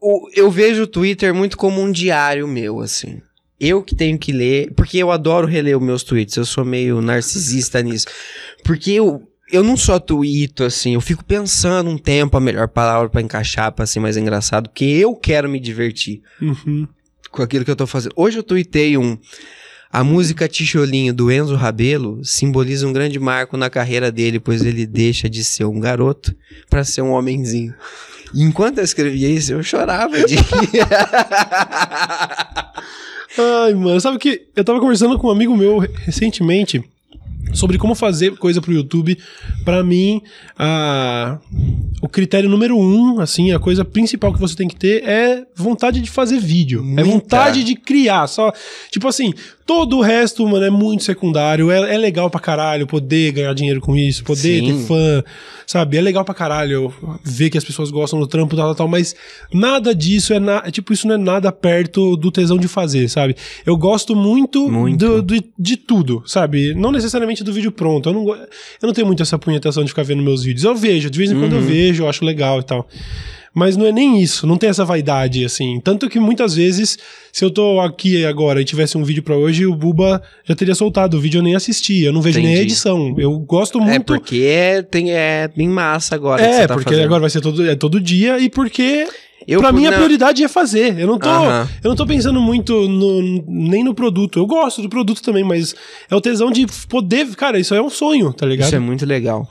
B: o- eu vejo o Twitter muito como um diário meu, assim. Eu que tenho que ler, porque eu adoro reler os meus tweets, eu sou meio narcisista nisso. Porque eu, eu não só tweeto, assim, eu fico pensando um tempo a melhor palavra pra encaixar, pra ser mais engraçado, porque eu quero me divertir
A: Uhum.
B: com aquilo que eu tô fazendo. Hoje eu tuitei um. A música Tijolinho do Enzo Rabelo simboliza um grande marco na carreira dele, pois ele deixa de ser um garoto pra ser um homenzinho. E enquanto eu escrevia isso, eu chorava de.
A: Ai, mano, sabe que eu tava conversando com um amigo meu recentemente sobre como fazer coisa pro YouTube. Pra mim, a... o critério número um, assim, a coisa principal que você tem que ter é vontade de fazer vídeo.
B: Muita.
A: É vontade de criar. Só, tipo assim, todo o resto, mano, é muito secundário. É, é legal pra caralho poder ganhar dinheiro com isso, poder
B: Sim.
A: ter fã, sabe? É legal pra caralho ver que as pessoas gostam do trampo, tal, tal, tal, mas nada disso é, na, é tipo, isso não é nada perto do tesão de fazer, sabe? Eu gosto muito, do-
B: Muito.
A: do- de tudo, sabe? Não necessariamente do vídeo pronto. Eu não, go- eu não tenho muito essa punhetação de ficar vendo meus vídeos. Eu vejo, de vez em
B: Uhum.
A: quando eu vejo, eu acho legal e tal. Mas não é nem isso, não tem essa vaidade, assim. Tanto que muitas vezes, se eu tô aqui agora e tivesse um vídeo pra hoje, o Buba já teria soltado o vídeo, eu nem assisti, eu não vejo nem a
B: Entendi.
A: edição. Eu gosto muito.
B: é porque é, tem, é bem massa agora. que
A: É,
B: você tá
A: porque
B: fazendo.
A: agora vai ser todo, é todo dia e porque
B: Eu
A: pra
B: fui
A: mim a
B: na-
A: prioridade é fazer. Eu não tô,
B: Aham.
A: eu não tô pensando muito no- nem no produto. Eu gosto do produto também, mas é o tesão de poder, cara, isso aí é um sonho, tá ligado?
B: Isso é muito legal.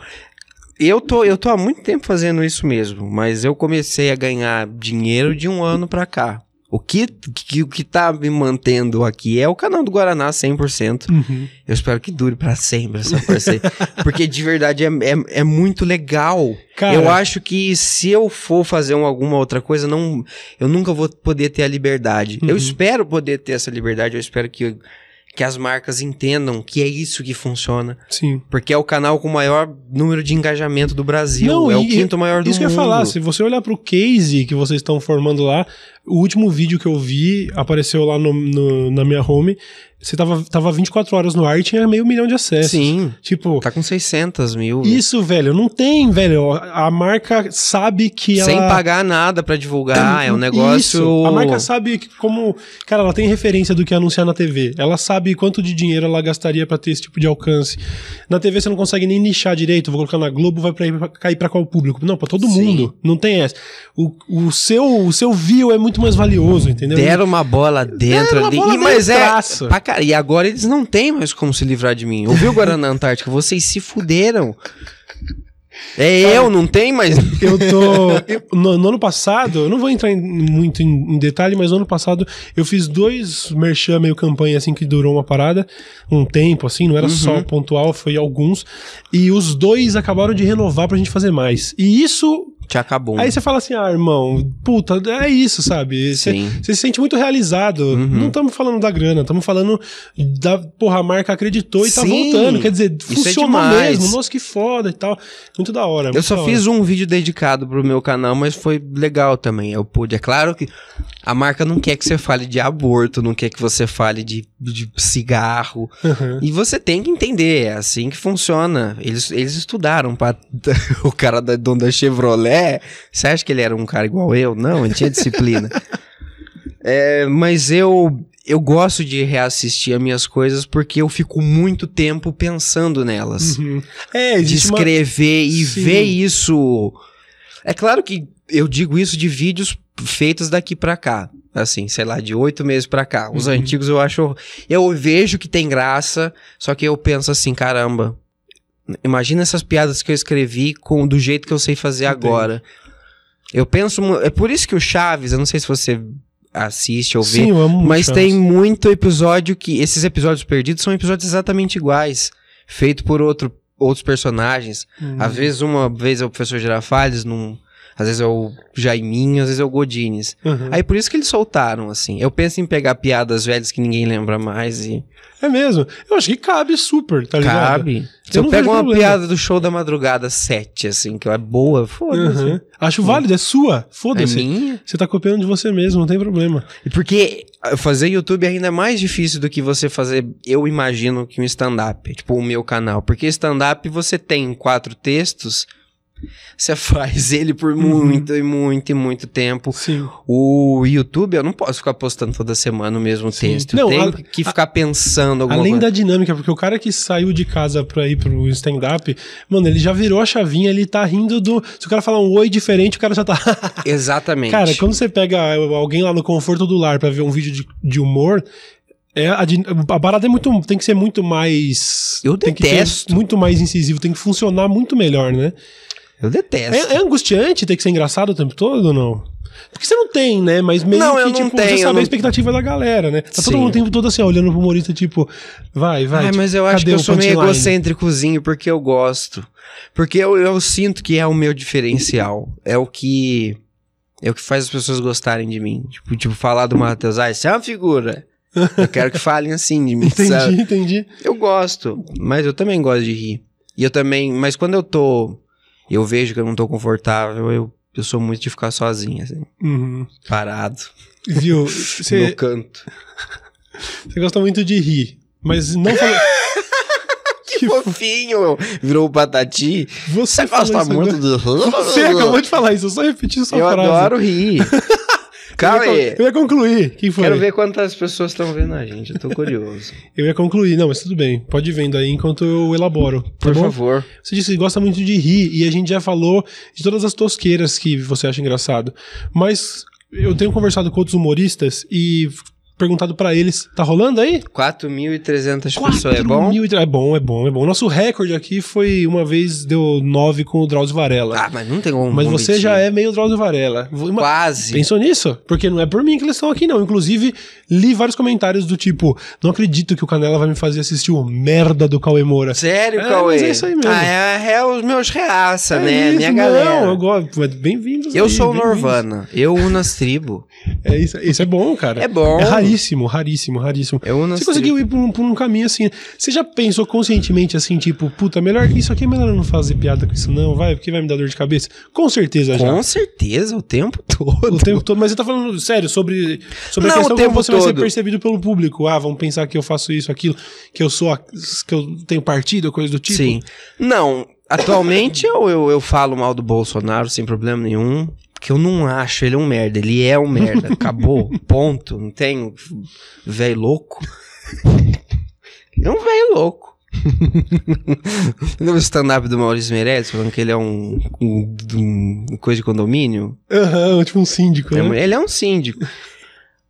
B: Eu tô, eu tô há muito tempo fazendo isso mesmo, mas eu comecei a ganhar dinheiro de um ano pra cá. O que, que, o que tá me mantendo aqui é o canal do Guaraná 100%.
A: Uhum.
B: Eu espero que dure pra sempre essa parceria. porque de verdade é, é, é muito legal.
A: Cara,
B: Eu acho que se eu for fazer um- alguma outra coisa, não, eu nunca vou poder ter a liberdade. Eu
A: Uhum.
B: espero poder ter essa liberdade, eu espero que, que as marcas entendam que é isso que funciona.
A: sim.
B: Porque é o canal com o maior número de engajamento do Brasil.
A: Não,
B: é o
A: e-
B: quinto maior do
A: Isso que eu
B: mundo.
A: ia falar, se você olhar pro case que vocês estão formando lá, o último vídeo que eu vi apareceu lá no- no- na minha home. Você tava, tava 24 horas no ar e tinha meio milhão de acessos.
B: Sim.
A: Tipo,
B: Tá com 600 mil.
A: isso, velho, não tem, velho. A a marca sabe que
B: Sem
A: ela. Uhum,
B: pagar nada pra divulgar. É um negócio.
A: Isso. A marca sabe que como. Cara, ela tem referência do que é anunciar na TV. Ela sabe quanto de dinheiro ela gastaria pra ter esse tipo de alcance. Na TV você não consegue nem nichar direito. Vou colocar na Globo, vai pra, cair pra qual público? Não, pra todo
B: Sim.
A: mundo. Não tem essa. O, o, seu, o seu view é muito mais valioso, entendeu?
B: Deram uma bola dentro
A: um- uma
B: ali.
A: bola
B: Ih, mas
A: dentro,
B: é.
A: traço.
B: pra cara- e agora eles não têm mais como se livrar de mim. Ouviu, Guarana Antártica? Vocês se fuderam. É eu, não tem mais.
A: Eu tô. eu- no, no ano passado, eu não vou entrar em- muito em, em detalhe, mas no ano passado eu fiz dois merchan meio campanha assim que durou uma parada, um tempo, assim, não era
B: Uhum.
A: só pontual, foi alguns. E os dois acabaram de renovar pra gente fazer mais. E isso.
B: Te acabou.
A: Aí você fala assim, ah, irmão, puta, é isso, sabe? Você
B: Sim. Uhum.
A: você se sente muito realizado. Não estamos falando da grana, estamos falando da. Porra, a marca acreditou e tá
B: Sim.
A: voltando. Quer dizer,
B: é
A: funcionou
B: demais.
A: mesmo. Nossa, que foda e tal. Muito da hora.
B: Eu
A: muito da
B: só
A: hora.
B: fiz um vídeo dedicado pro meu canal, mas foi legal também. Eu pude. É claro que a marca não quer que você fale de aborto, não quer que você fale de de cigarro.
A: Aham.
B: E você tem que entender, é assim que funciona. Eles, eles estudaram pra... o cara da dono da Chevrolet. Você acha que ele era um cara igual eu? Não, ele tinha disciplina. É, mas eu eu gosto de reassistir as minhas coisas porque eu fico muito tempo pensando nelas.
A: Uhum. É,
B: de
A: existe uma...
B: escrever e
A: Sim.
B: ver isso. É claro que eu digo isso de vídeos feitos daqui pra cá. Assim, sei lá, de oito meses pra cá. Os
A: Uhum.
B: antigos eu acho. Eu vejo que tem graça, só que eu penso assim, caramba. Imagina essas piadas que eu escrevi com do jeito que eu sei fazer
A: Entendi.
B: agora. Eu penso. mu- É por isso que o Chaves, eu não sei se você assiste ou vê.
A: Sim, eu amo
B: Mas
A: Chaves.
B: tem muito episódio que. Esses episódios perdidos são episódios exatamente iguais. Feito por outro, outros personagens.
A: Hum.
B: Às vezes, uma vez é o professor Girafales, num, às vezes é o Jaiminho, às vezes é o Godines.
A: Aham.
B: Aí por isso que eles soltaram, assim. Eu penso em pegar piadas velhas que ninguém lembra mais e.
A: É mesmo. Eu acho que cabe super, tá ligado?
B: Cabe. Se
A: Eu
B: eu,
A: não
B: pego
A: vejo
B: uma
A: problema.
B: piada do show da madrugada 7, assim, que é boa, foda-se.
A: Aham. Acho válido, é sua.
B: Uhum. É
A: Foda-se.
B: minha.
A: Você tá copiando de você mesmo, não tem problema.
B: E Porque fazer YouTube ainda é mais difícil do que você fazer, eu imagino, que um stand-up. Tipo, o meu canal. Porque stand-up você tem quatro textos, você faz ele por
A: Uhum.
B: muito e muito e muito tempo.
A: Sim.
B: O YouTube, eu não posso ficar postando toda semana o mesmo
A: Sim.
B: texto.
A: Não,
B: eu tenho
A: a-
B: que ficar pensando alguma
A: Além
B: coisa.
A: da dinâmica, porque o cara que saiu de casa pra ir pro stand-up, mano, ele já virou a chavinha, ele tá rindo do. Se o cara falar um oi diferente, o cara já tá.
B: Exatamente.
A: cara, quando você pega alguém lá no conforto do lar pra ver um vídeo de, de humor. É, a, din- a parada é muito, tem que ser muito mais.
B: Eu
A: tem que ser
B: detesto.
A: muito mais incisivo, tem que funcionar muito melhor, né?
B: Eu detesto.
A: É, é angustiante ter que ser engraçado o tempo todo ou não? Porque você não tem, né? Mas meio
B: Não,
A: que,
B: eu não
A: tipo,
B: tenho,
A: você
B: eu
A: sabe
B: não-
A: a expectativa da galera, né? Tá todo
B: Sim.
A: mundo o tempo todo assim, ó, olhando pro humorista, tipo, vai, vai.
B: Ai,
A: tipo,
B: mas eu acho
A: cadê
B: que eu
A: o
B: sou meio
A: punchline?
B: egocêntricozinho porque eu gosto. Porque eu, eu sinto que é o meu diferencial. É o que. É o que faz as pessoas gostarem de mim. Tipo, tipo falar do Matheus, ah, isso é uma figura. Eu quero que falem assim de mim, sabe?
A: Entendi, entendi.
B: Eu gosto, mas eu também gosto de rir. E eu também. Mas quando eu tô. Eu vejo que eu não tô confortável, eu, eu sou muito de ficar sozinho, assim.
A: Uhum.
B: Parado.
A: Viu? Você
B: No canto.
A: você gosta muito de rir, mas não fala.
B: Que fofinho! Virou o patati.
A: Você
B: Você tá
A: falou
B: gosta
A: isso
B: muito
A: agora.
B: do.
A: Você é acabou de falar isso, eu só repeti sua
B: Eu
A: frase.
B: adoro rir. Calma
A: Eu ia,
B: aí.
A: con- eu ia concluir. Quem foi?
B: Quero ver quantas pessoas estão vendo a gente. Eu tô curioso.
A: Eu ia concluir. Não, mas tudo bem. Pode ir vendo aí enquanto eu elaboro. tá
B: Por
A: bom?
B: favor.
A: Você disse que gosta muito de rir e a gente já falou de todas as tosqueiras que você acha engraçado. Mas eu tenho conversado com outros humoristas e perguntado pra eles, tá rolando aí?
B: 4.300 pessoas
A: Quatro
B: é bom?
A: mil e tre- é bom, é bom, é bom. Nosso recorde aqui foi uma vez deu nove com o Drauzio Varela.
B: Ah, mas não tem como.
A: Mas você já
B: competir.
A: é meio Drauzio Varela. Vou- Uma,
B: Quase.
A: Pensou nisso? Porque não é por mim que eles estão aqui, não. Inclusive, li vários comentários do tipo: não acredito que o Canela vai me fazer assistir o merda do Cauê Moura.
B: Sério,
A: É,
B: Cauê?
A: mas é isso aí mesmo.
B: Ah, é, é os meus reaça, né?
A: É isso,
B: Minha galera.
A: Não, eu gosto. mas Bem-vindos.
B: Eu
A: aí,
B: sou o
A: bem-vindos.
B: Norvana. Eu uno as tribos.
A: É isso, isso é bom, cara.
B: É bom.
A: É raríssimo, raríssimo, raríssimo.
B: Eu uno as
A: Você conseguiu ir por um, por um caminho assim. Você já pensou conscientemente assim, tipo, puta, melhor que isso aqui, melhor eu não fazer piada com isso, não, vai, porque vai me dar dor de cabeça? Com certeza já.
B: Com certeza, o tempo todo.
A: O tempo todo, mas você tá falando sério sobre, sobre
B: Não,
A: a questão
B: o tempo
A: como você vai ser
B: todo.
A: percebido pelo público. Ah, vão pensar que eu faço isso, aquilo, que eu sou, a- que eu tenho partido, coisa do tipo.
B: Sim. Não, atualmente eu, eu, eu falo mal do Bolsonaro sem problema nenhum. Porque eu não acho ele um merda. Ele é um merda. Acabou. Ponto. Não tem velho louco. Ele é um velho louco. Lembra o stand-up do Maurício Meirelles falando que ele é um, um- um coisa de condomínio?
A: Aham, tipo um síndico, né?
B: Ele é um síndico.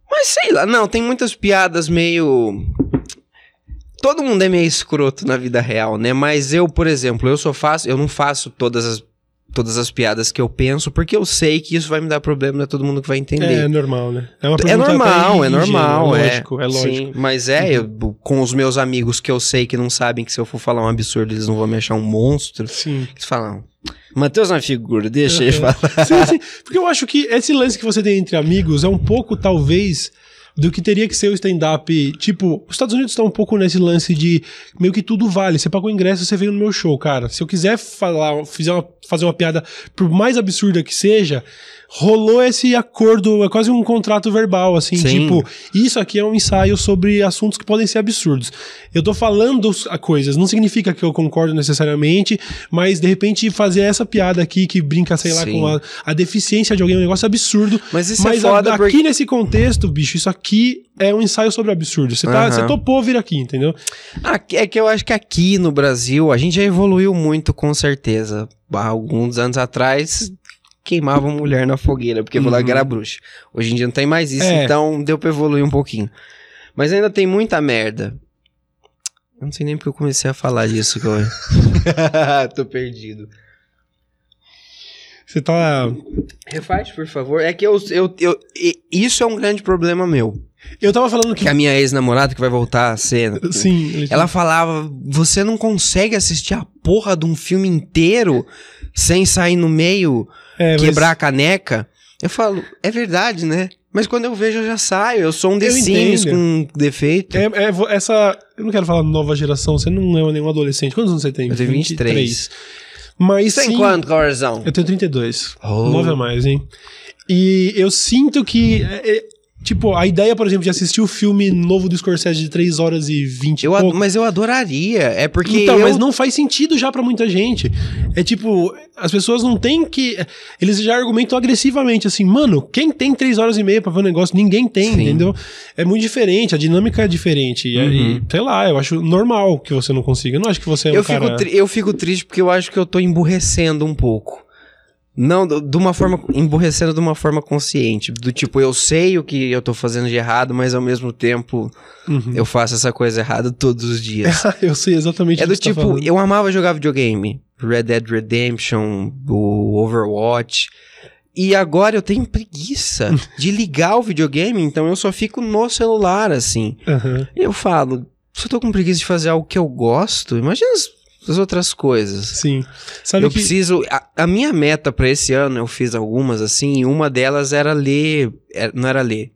B: Mas sei lá, não, tem muitas piadas meio. Todo mundo é meio escroto na vida real, né? Mas eu, por exemplo, eu só faço, eu não faço todas as, todas as piadas que eu penso, porque eu sei que isso vai me dar problema, não é todo mundo que vai
A: É
B: entender.
A: normal, né? uma
B: É,
A: pergunta até
B: normal, é
A: ingênua,
B: normal, é.
A: É lógico, é lógico. Uhum.
B: Sim, mas é, eu- com os meus amigos que eu sei que não sabem que se eu for falar um absurdo, eles não vão me achar um monstro.
A: Sim.
B: Eles falam, Matheus é uma figura, deixa ele falar.
A: sim, sim. Porque eu acho que esse lance que você tem entre amigos é um pouco, é talvez, do que teria que ser o stand-up. Tipo, os Estados Unidos estão um pouco nesse lance de meio que tudo vale. Você pagou ingresso, você veio no meu show, cara. Se eu quiser falar, fizer uma- fazer uma piada, por mais absurda que seja, rolou esse acordo, é quase um contrato verbal, assim,
B: Sim.
A: tipo, isso aqui é um ensaio sobre assuntos que podem ser absurdos. Eu tô falando s- a coisas, não significa que eu concordo necessariamente, mas de repente fazer essa piada aqui que brinca, sei lá,
B: Sim.
A: com a, a deficiência de alguém é um negócio absurdo.
B: Mas isso é
A: Mas a-
B: foda
A: aqui
B: porque...
A: nesse contexto, bicho, isso aqui é um ensaio sobre absurdo. Você, tá,
B: Aham.
A: você topou vir aqui, entendeu?
B: Aqui- É que eu acho que aqui no Brasil a gente já evoluiu muito, com certeza. Há alguns anos atrás queimava mulher na fogueira, porque falava que era bruxa. Hoje em dia não tem mais isso,
A: É.
B: então deu pra evoluir um pouquinho. Mas ainda tem muita merda. Eu não sei nem porque eu comecei a falar disso. que eu- Tô perdido.
A: Você tá.
B: Refaz, por favor. É que eu, eu, eu- e- Isso é um grande problema meu.
A: Eu tava falando que.
B: Que a minha ex-namorada, que vai voltar a cena.
A: Sim, ele-
B: Ela falava: você não consegue assistir a porra de um filme inteiro sem sair no meio,
A: é, mas-
B: quebrar a caneca. Eu falo: é verdade, né? Mas quando eu vejo, eu já saio. Eu sou um The
A: Eu
B: Sims
A: entendo.
B: com defeito.
A: É, é, vo- essa. Eu não quero falar nova geração, você não é nenhum adolescente. Quantos anos você tem?
B: Eu tenho 23.
A: Mas.
B: Sem
A: sim, É,
B: quanto, coração?
A: Eu tenho 32.
B: Oh.
A: Nove a mais, hein? E eu sinto que. é, é, tipo, a ideia, por exemplo, de assistir o filme novo do Scorsese de 3 horas e 20
B: Eu
A: e
B: ad-
A: é pouco.
B: Mas eu adoraria. É porque.
A: Então,
B: eu...
A: mas não faz sentido já pra muita gente. É tipo, as pessoas não têm que. Eles já argumentam agressivamente assim, mano, quem tem três horas e meia pra ver um negócio? Ninguém tem,
B: Sim.
A: entendeu? É muito diferente, a dinâmica é diferente. E, aí,
B: Uhum.
A: sei lá, eu acho normal que você não consiga. Eu não acho que você é um
B: eu,
A: cara.
B: fico tri- eu fico triste porque eu acho que eu tô emburrecendo um pouco. Não, do- de uma forma. Emburrecendo de uma forma consciente. Do tipo, eu sei o que eu tô fazendo de errado, mas ao mesmo tempo
A: Uhum.
B: eu faço essa coisa errada todos os dias.
A: eu sei exatamente
B: é
A: o que
B: do
A: você tá
B: tipo,
A: falando.
B: eu amava jogar videogame. Red Dead Redemption, o Overwatch. E agora eu tenho preguiça de ligar o videogame, então eu só fico no celular, assim.
A: Aham.
B: Eu falo, se eu tô com preguiça de fazer algo que eu gosto, imagina as- as outras coisas.
A: Sim. Sabe
B: eu
A: que.
B: preciso. A, a minha meta pra esse ano, eu fiz algumas assim, e uma delas era ler. é, não era ler.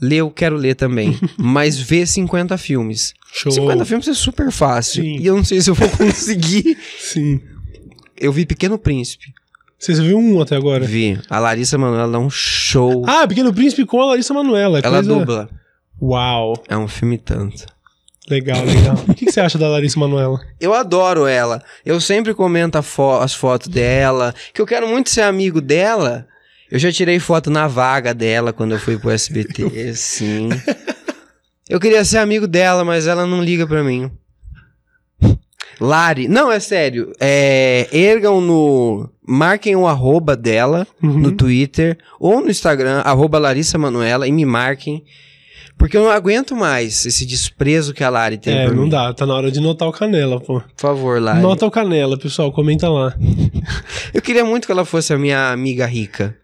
B: Ler eu quero ler também, mas ver 50 filmes.
A: Show.
B: 50 filmes é super fácil.
A: Sim.
B: E eu não sei se eu vou conseguir.
A: Sim.
B: eu vi Pequeno Príncipe.
A: Você viu um até agora?
B: Vi. A Larissa Manoela dá um show.
A: Ah, Pequeno Príncipe com a Larissa Manoela. é
B: Ela
A: coisa-
B: dubla.
A: Uau.
B: É um filme tanto.
A: Legal, legal. o que que você acha da Larissa Manoela?
B: Eu adoro ela. Eu sempre comento a fo- as fotos dela. Que eu quero muito ser amigo dela. Eu já tirei foto na vaga dela quando eu fui pro SBT. sim. Eu queria ser amigo dela, mas ela não liga pra mim. Lari. Não, é sério. É, ergam no. Marquem o arroba dela
A: Uhum.
B: no Twitter ou no Instagram, arroba Larissa Manoela, e me marquem. Porque eu não aguento mais esse desprezo que a Lari tem
A: É,
B: por
A: não
B: mim.
A: dá. Tá na hora de notar o Canela, pô.
B: Por favor, Lari.
A: Nota o Canela, pessoal. Comenta lá.
B: Eu queria muito que ela fosse a minha amiga rica.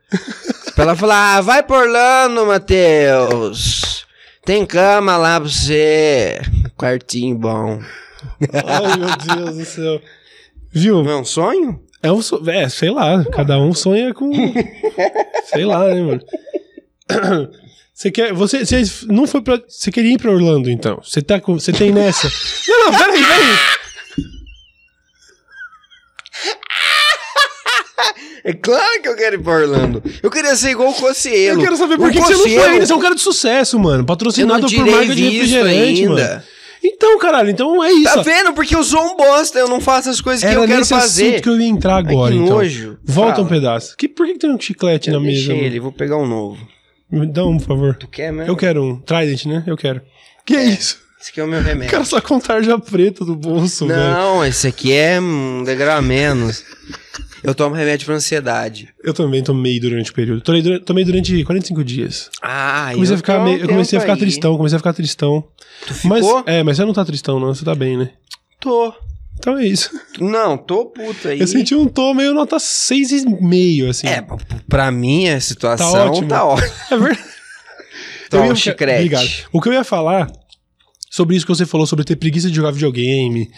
B: pra ela falar, ah, vai por Orlando, Matheus. Tem cama lá pra você. Quartinho bom.
A: Ai, meu Deus do céu. Viu?
B: Não é um sonho?
A: É, um so... é, sei lá. Cada um sonha com... sei lá, né, mano? Você quer... Você, você não foi pra... Você queria ir pra Orlando, então? Você tá com... Você tem nessa? não, não. Peraí, peraí.
B: É claro que eu quero ir pra Orlando. Eu queria ser igual o Cocielo.
A: Eu quero saber
B: O
A: por que, que você não foi
B: Cocielo,
A: ainda. Você é um cara de sucesso, mano.
B: Eu não
A: Patrocinado por
B: tirei
A: marca de
B: visto
A: refrigerante, mano.
B: ainda.
A: Então, caralho. Então é isso.
B: Tá vendo? Porque eu sou um bosta. Eu não faço as coisas que
A: Era
B: eu quero
A: nesse
B: fazer.
A: assunto que eu ia entrar agora,
B: que
A: então.
B: nojo.
A: Volta
B: Fala.
A: um pedaço. Que, por que, que tem um chiclete
B: Eu
A: na mesa?
B: deixei ele, vou pegar um novo.
A: Me dá um, por favor.
B: Tu quer mesmo?
A: Eu quero um. Trident, né? Eu quero. Que isso?
B: Esse aqui é o meu
A: O
B: remédio.
A: cara só com tarja preta do bolso, velho.
B: Não, esse aqui é um degrau a menos. Eu tomo remédio pra ansiedade.
A: Eu também tomei durante o período. Tomei durante, tomei durante 45 dias.
B: Ah,
A: Comecei
B: eu
A: a ficar,
B: tô
A: meio- eu comecei a
B: tempo
A: ficar
B: aí.
A: tristão, comecei a ficar tristão.
B: Tu ficou?
A: Mas, é, mas você não tá tristão, não. Você tá bem, né?
B: Tô.
A: Então é isso.
B: Não, tô puto aí.
A: Eu senti um tom meio nota 6,5, assim.
B: É, pra- pra mim a situação
A: Tá
B: tá
A: ótimo.
B: ótima.
A: é verdade.
B: Toma
A: Então, Eu ia
B: um
A: ficar-
B: chiclete.
A: Obrigado. O que eu ia falar sobre isso que você falou, sobre ter preguiça de jogar videogame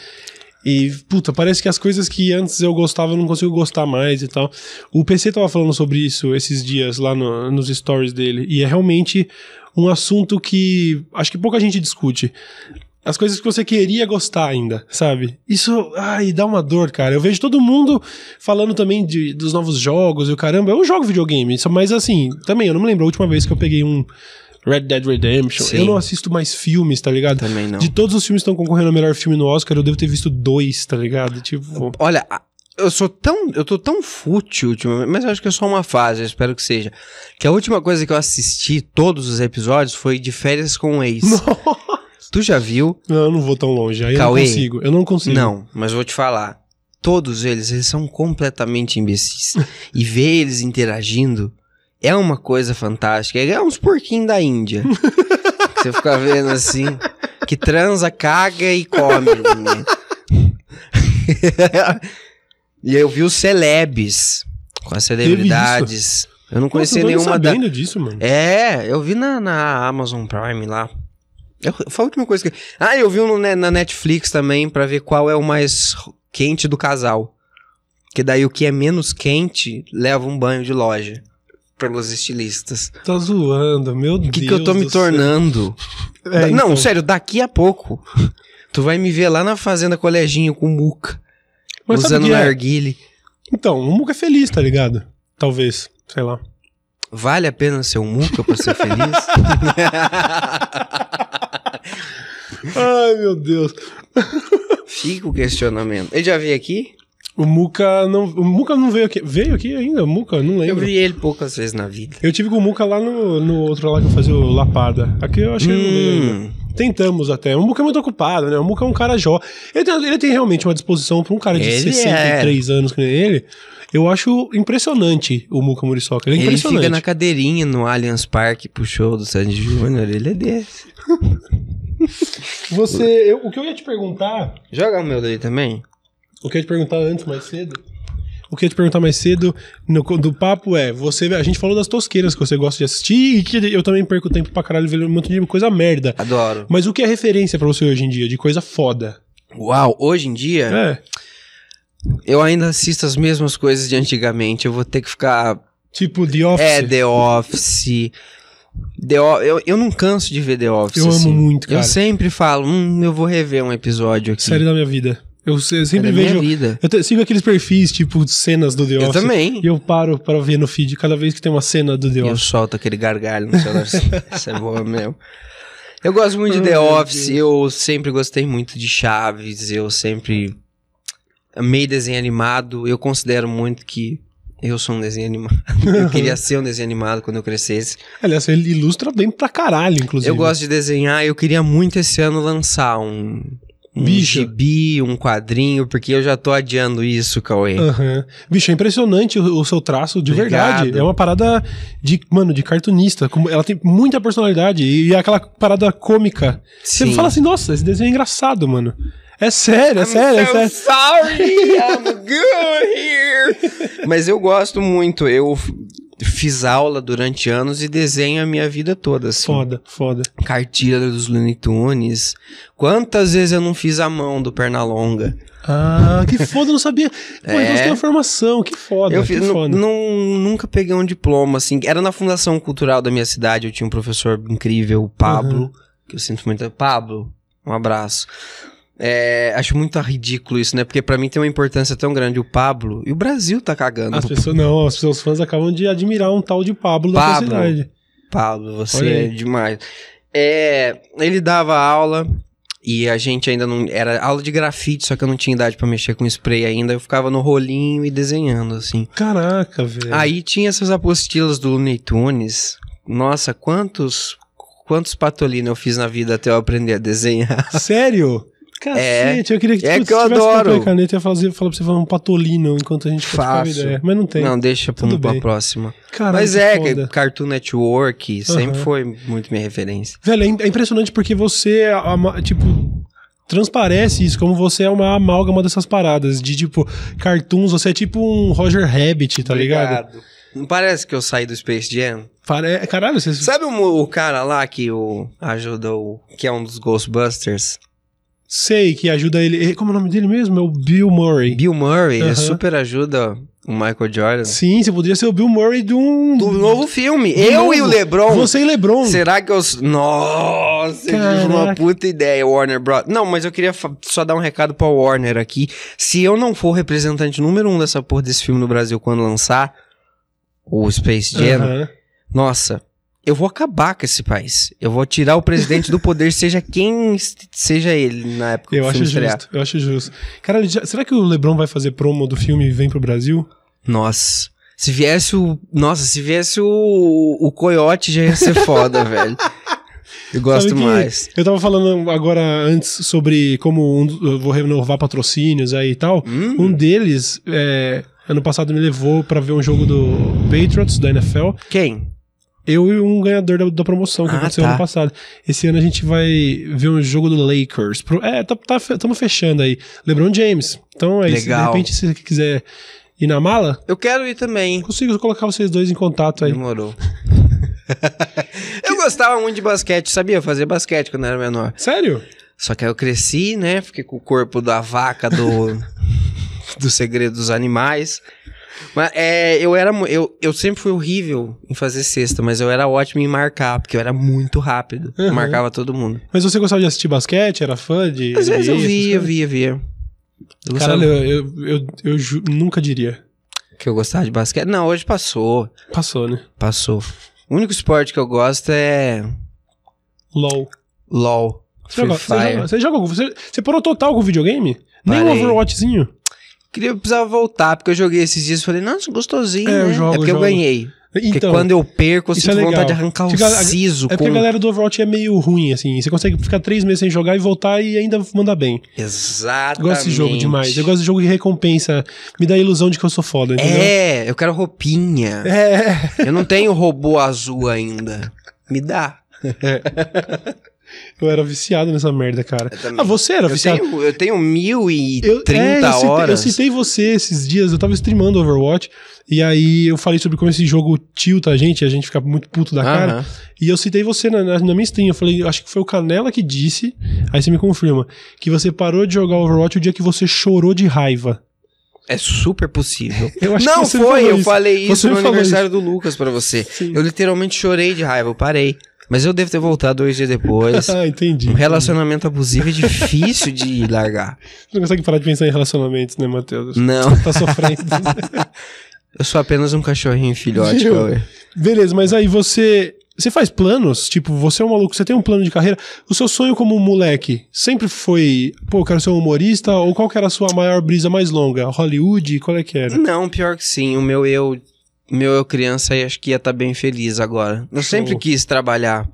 A: E, puta, parece que as coisas que antes eu gostava eu não consigo gostar mais e tal. O PC tava falando sobre isso esses dias lá no- nos stories dele. E é realmente um assunto que acho que pouca gente discute. As coisas que você queria gostar ainda, sabe? Isso, ai, dá uma dor, cara. Eu vejo todo mundo falando também de, dos novos jogos e o caramba. Eu jogo videogame, só- mas assim, também, eu não me lembro a última vez que eu peguei um Red Dead Redemption.
B: Sim.
A: Eu não assisto mais filmes, tá ligado?
B: Também não.
A: De todos os filmes que estão concorrendo ao melhor filme no Oscar, eu devo ter visto dois, tá ligado? Tipo.
B: Olha, a- eu sou tão. Eu tô tão fútil ultimamente, mas eu acho que é só uma fase, eu espero que seja. Que a última coisa que eu assisti, todos os episódios, foi de férias com o ex. Tu já viu?
A: Não, eu não vou tão longe. Aí
B: Cauê?
A: eu não consigo. Eu não consigo.
B: Não, mas vou te falar. Todos eles, eles são completamente imbecis. e ver eles interagindo é uma coisa fantástica. É uns porquinhos da Índia. que você fica vendo assim. Que transa, caga e come. né? e eu vi os celebes com as celebridades. Eu não
A: Pô,
B: conhecia
A: tô doido
B: nenhuma da,
A: sabendo disso, mano.
B: é, eu vi na, na Amazon Prime lá. Eu, foi a última coisa que. Ah, eu vi um ne- na Netflix também pra ver qual é o mais quente do casal. Que daí o que é menos quente leva um banho de loja. Pelos estilistas.
A: Tá zoando, meu
B: O
A: Deus.
B: que, que eu tô me
A: do céu.
B: tornando?
A: É,
B: Da- Não,
A: então,
B: sério, daqui a pouco. Tu vai me ver lá na fazenda coleginho com muca,
A: Mas sabe o
B: usando
A: que é?
B: narguile.
A: Então, o Muca é feliz, tá ligado? Talvez. Sei lá.
B: Vale a pena ser um muca pra ser feliz?
A: Ai, meu Deus.
B: Fica o questionamento. Ele já veio aqui?
A: O Muca não. O Muca não veio aqui. Veio aqui ainda? O Muca? Não
B: Eu
A: lembro. Eu,
B: vi ele poucas vezes na vida.
A: tive com o Muca lá no, no outro lá que eu fazia o Lapada. Aqui eu acho que ele não veio ainda.
B: Hum,
A: Tentamos até. O Muca é muito ocupado, né? O Muca é um cara jovem. Ele tem, ele tem realmente uma disposição pra um cara de
B: Ele é.
A: 63 anos que nem ele. Eu acho impressionante o Muca Muriçoca. Ele é
B: ele fica
A: impressionante.
B: na cadeirinha no Allianz Parque pro show do Sandy Júnior, ele é desse.
A: Você, eu- o que eu ia te perguntar,
B: Joga o meu daí também?
A: o que eu ia te perguntar antes, mais cedo, o que eu ia te perguntar mais cedo no, do papo é, você, a gente falou das tosqueiras que você gosta de assistir e que eu também perco tempo pra caralho vendo um monte de coisa merda.
B: Adoro.
A: Mas o que é referência pra você hoje em dia de coisa foda?
B: Uau, hoje em dia
A: É,
B: eu ainda assisto as mesmas coisas de antigamente. Eu vou ter que ficar.
A: tipo The Office.
B: É, The Office. The O- eu, eu não canso de ver The Office.
A: eu
B: assim.
A: amo muito, cara.
B: Eu sempre falo, hum, eu vou rever um episódio aqui.
A: Série da minha vida. Eu, se- eu
B: É
A: sempre
B: da
A: vejo.
B: minha vida.
A: Eu te- sigo aqueles perfis, tipo, cenas do The
B: Eu
A: Office.
B: também.
A: E eu paro pra ver no feed cada vez que tem uma cena do The
B: E eu
A: Office.
B: solto aquele gargalho no celular. Isso é boa mesmo. Eu gosto muito de The
A: Ai, meu
B: Office. Eu sempre gostei muito de Chaves. Eu sempre amei desenho animado. Eu considero muito que eu sou um desenho animado. Eu queria ser um desenho animado quando eu crescesse.
A: Aliás, ele ilustra bem pra caralho, inclusive.
B: Eu gosto de desenhar. Eu queria muito esse ano lançar um, um
A: Bicho.
B: gibi, um quadrinho, porque eu já tô adiando isso, Cauê.
A: Aham. Bicho, é impressionante o, o seu traço, de
B: Obrigado.
A: verdade. É uma parada de, mano, de cartunista. Como- Ela tem muita personalidade e é aquela parada cômica. Você
B: Sim.
A: fala assim, nossa, esse desenho é engraçado, mano. É sério, é sério, é sério.
B: sorry, I'm good here. Mas eu gosto muito. Eu f- fiz aula durante anos e desenho a minha vida toda. Assim.
A: Foda, foda.
B: Cartilha dos Looney Tunes. Quantas vezes eu não fiz a mão do Pernalonga?
A: Ah, que foda, eu não sabia. Pô, então você tem uma formação, que foda,
B: É. eu fiz,
A: que
B: nu-
A: foda.
B: nu- nunca peguei um diploma, assim. Era na Fundação Cultural da minha cidade. Eu tinha um professor incrível, o Pablo.
A: Aham.
B: Que eu sinto muito. Pablo, um abraço. É, acho muito ridículo isso, né? Porque pra mim tem uma importância tão grande o Pablo. E o Brasil tá cagando
A: As
B: pro
A: pessoas, não, os seus fãs acabam de admirar um tal de Pablo, da
B: Pablo.
A: sua cidade.
B: Pablo, você
A: Olha aí.
B: é demais. É, ele dava aula e a gente ainda não. Era aula de grafite, só que eu não tinha idade pra mexer com spray ainda. Eu ficava no rolinho e desenhando, assim.
A: Caraca, velho.
B: Aí tinha essas apostilas do Looney Tunes. Nossa, quantos. Quantos patolino eu fiz na vida até eu aprender a desenhar?
A: Sério? Cacete, eu queria que,
B: É
A: putz,
B: que eu
A: se tivesse
B: adoro.
A: papel e caneta, eu ia fazer, falar pra você falar um patolino enquanto a gente trocava
B: Faço.
A: ideia. Mas não tem.
B: Não, deixa pra,
A: Tudo
B: uma- pra
A: bem.
B: próxima.
A: Caralho,
B: Mas
A: que
B: é,
A: foda.
B: Cartoon Network sempre
A: Aham.
B: foi muito minha referência.
A: Velho, é im- é impressionante porque você, é ama- tipo, transparece isso, como você é uma amálgama dessas paradas, de tipo, cartoons, você é tipo um Roger Rabbit, tá ligado?
B: Obrigado. Não parece que eu saí do Space Jam?
A: Pare... é, Caralho, você...
B: Sabe o, mo- o cara lá que o ajuda o. que é um dos Ghostbusters?
A: sei que ajuda ele. eh, Como é o nome dele mesmo? É o Bill Murray.
B: Bill Murray
A: Aham.
B: ele super ajuda o Michael Jordan.
A: Sim, você poderia ser o Bill Murray de um.
B: Do novo filme.
A: de
B: eu
A: novo.
B: e o LeBron.
A: Você e LeBron.
B: Será que eu. s- Nossa, eu tive uma
A: Hum. Caraca.
B: puta ideia, Warner Bros. Não, mas eu queria fa- só dar um recado pra Warner aqui. Se eu não for representante número um dessa porra desse filme no Brasil quando lançar, o Space Jam,
A: Aham.
B: nossa, eu vou acabar com esse país. Eu vou tirar o presidente do poder, seja quem s- seja ele na época que
A: Eu
B: o
A: acho
B: filme estrear.
A: justo, eu acho justo. Caralho, já- será que o LeBron vai fazer promo do filme e vem pro Brasil?
B: Nossa. Se viesse o. Nossa, se viesse o, o Coyote já ia ser foda, velho. Eu gosto
A: Sabe que
B: mais.
A: Eu tava falando agora antes sobre como um do- eu vou renovar patrocínios aí e tal.
B: Hum.
A: Um deles, é, ano passado, me levou pra ver um jogo do Patriots, da NFL.
B: Quem?
A: Eu e um ganhador da, da promoção que
B: Ah,
A: aconteceu
B: tá.
A: ano passado. Esse ano a gente vai ver um jogo do Lakers. Pro- É, estamos fechando aí. LeBron James. Então é isso. De
B: Legal.
A: repente, se você quiser ir na mala,
B: Eu quero ir também.
A: consigo colocar vocês dois em contato aí.
B: Demorou. eu gostava muito de basquete, sabia? Eu fazia basquete quando era menor.
A: Sério?
B: Só que aí eu cresci, né? Fiquei com o corpo da vaca do. do segredo dos animais. Mas é, eu era. mu- Eu, eu sempre fui horrível em fazer cesta, mas eu era ótimo em marcar, porque eu era muito rápido. Eu
A: Uhum.
B: Marcava todo mundo.
A: Mas você gostava de assistir basquete? Era fã de.
B: Às vezes eu
A: NBA, essas
B: via, né?
A: coisas?
B: via, via. Eu gostava
A: Caralho, eu, eu, eu, eu ju- nunca diria.
B: que eu gostava de basquete. Não, hoje passou.
A: Passou, né?
B: Passou. O único esporte que eu gosto é.
A: LOL.
B: LOL.
A: Você joga,
B: Free
A: você, joga,
B: Fire.
A: você joga algum- Você, você parou total com videogame? Nem um
B: Parei.
A: Overwatchzinho?
B: Queria eu precisava voltar, porque eu joguei esses dias e falei, nossa, gostosinho.
A: É, eu
B: né?
A: jogo,
B: é porque
A: eu
B: eu
A: jogo.
B: ganhei. Porque
A: Então.
B: quando eu perco, eu
A: isso
B: sinto
A: é legal.
B: vontade de arrancar o
A: Porque a galera-
B: siso
A: É porque
B: com.
A: a galera do Overwatch é meio ruim, assim. Você consegue ficar três meses sem jogar e voltar e ainda mandar bem. Eu
B: Exatamente.
A: gosto desse jogo demais. Eu gosto de jogo que recompensa. Me dá a ilusão de que eu sou foda, entendeu?
B: É, eu quero roupinha.
A: É.
B: Eu não tenho robô azul ainda. Me dá.
A: Eu era viciado nessa merda, cara.
B: Eu também.
A: Ah, você era
B: Eu
A: viciado?
B: tenho, eu tenho
A: Eu,
B: 1030
A: é, eu citei, eu
B: horas.
A: citei você esses dias, eu tava streamando Overwatch, e aí eu falei sobre como esse jogo tilta a gente, a gente fica muito puto da cara.
B: Aham.
A: E eu citei você na, na- na minha stream, eu falei, eu acho que foi o Canela que disse, aí você me confirma, que você parou de jogar Overwatch o dia que você chorou de raiva.
B: É super possível.
A: Eu acho
B: não
A: que você me
B: foi,
A: falou
B: eu
A: isso.
B: falei isso
A: Você me
B: no
A: falou
B: aniversário do Lucas pra você.
A: Sim.
B: Eu literalmente chorei de raiva, eu parei. Mas eu devo ter voltado dois dias depois.
A: Ah, entendi.
B: Um relacionamento abusivo é difícil de largar.
A: Você não consegue parar de pensar em relacionamentos, né, Matheus?
B: Não,
A: Tá sofrendo.
B: eu sou apenas um cachorrinho filhote.
A: Viu?
B: Cauê.
A: Beleza, mas aí você. Você faz planos? Tipo, você é um maluco, você tem um plano de carreira. O seu sonho como moleque sempre foi, pô, eu quero ser um humorista? Ou qual que era a sua maior brisa mais longa? Hollywood? Qual é que era?
B: Não, pior que sim. O meu eu, meu eu criança, eu acho que ia estar bem feliz agora. Eu
A: Show.
B: sempre quis trabalhar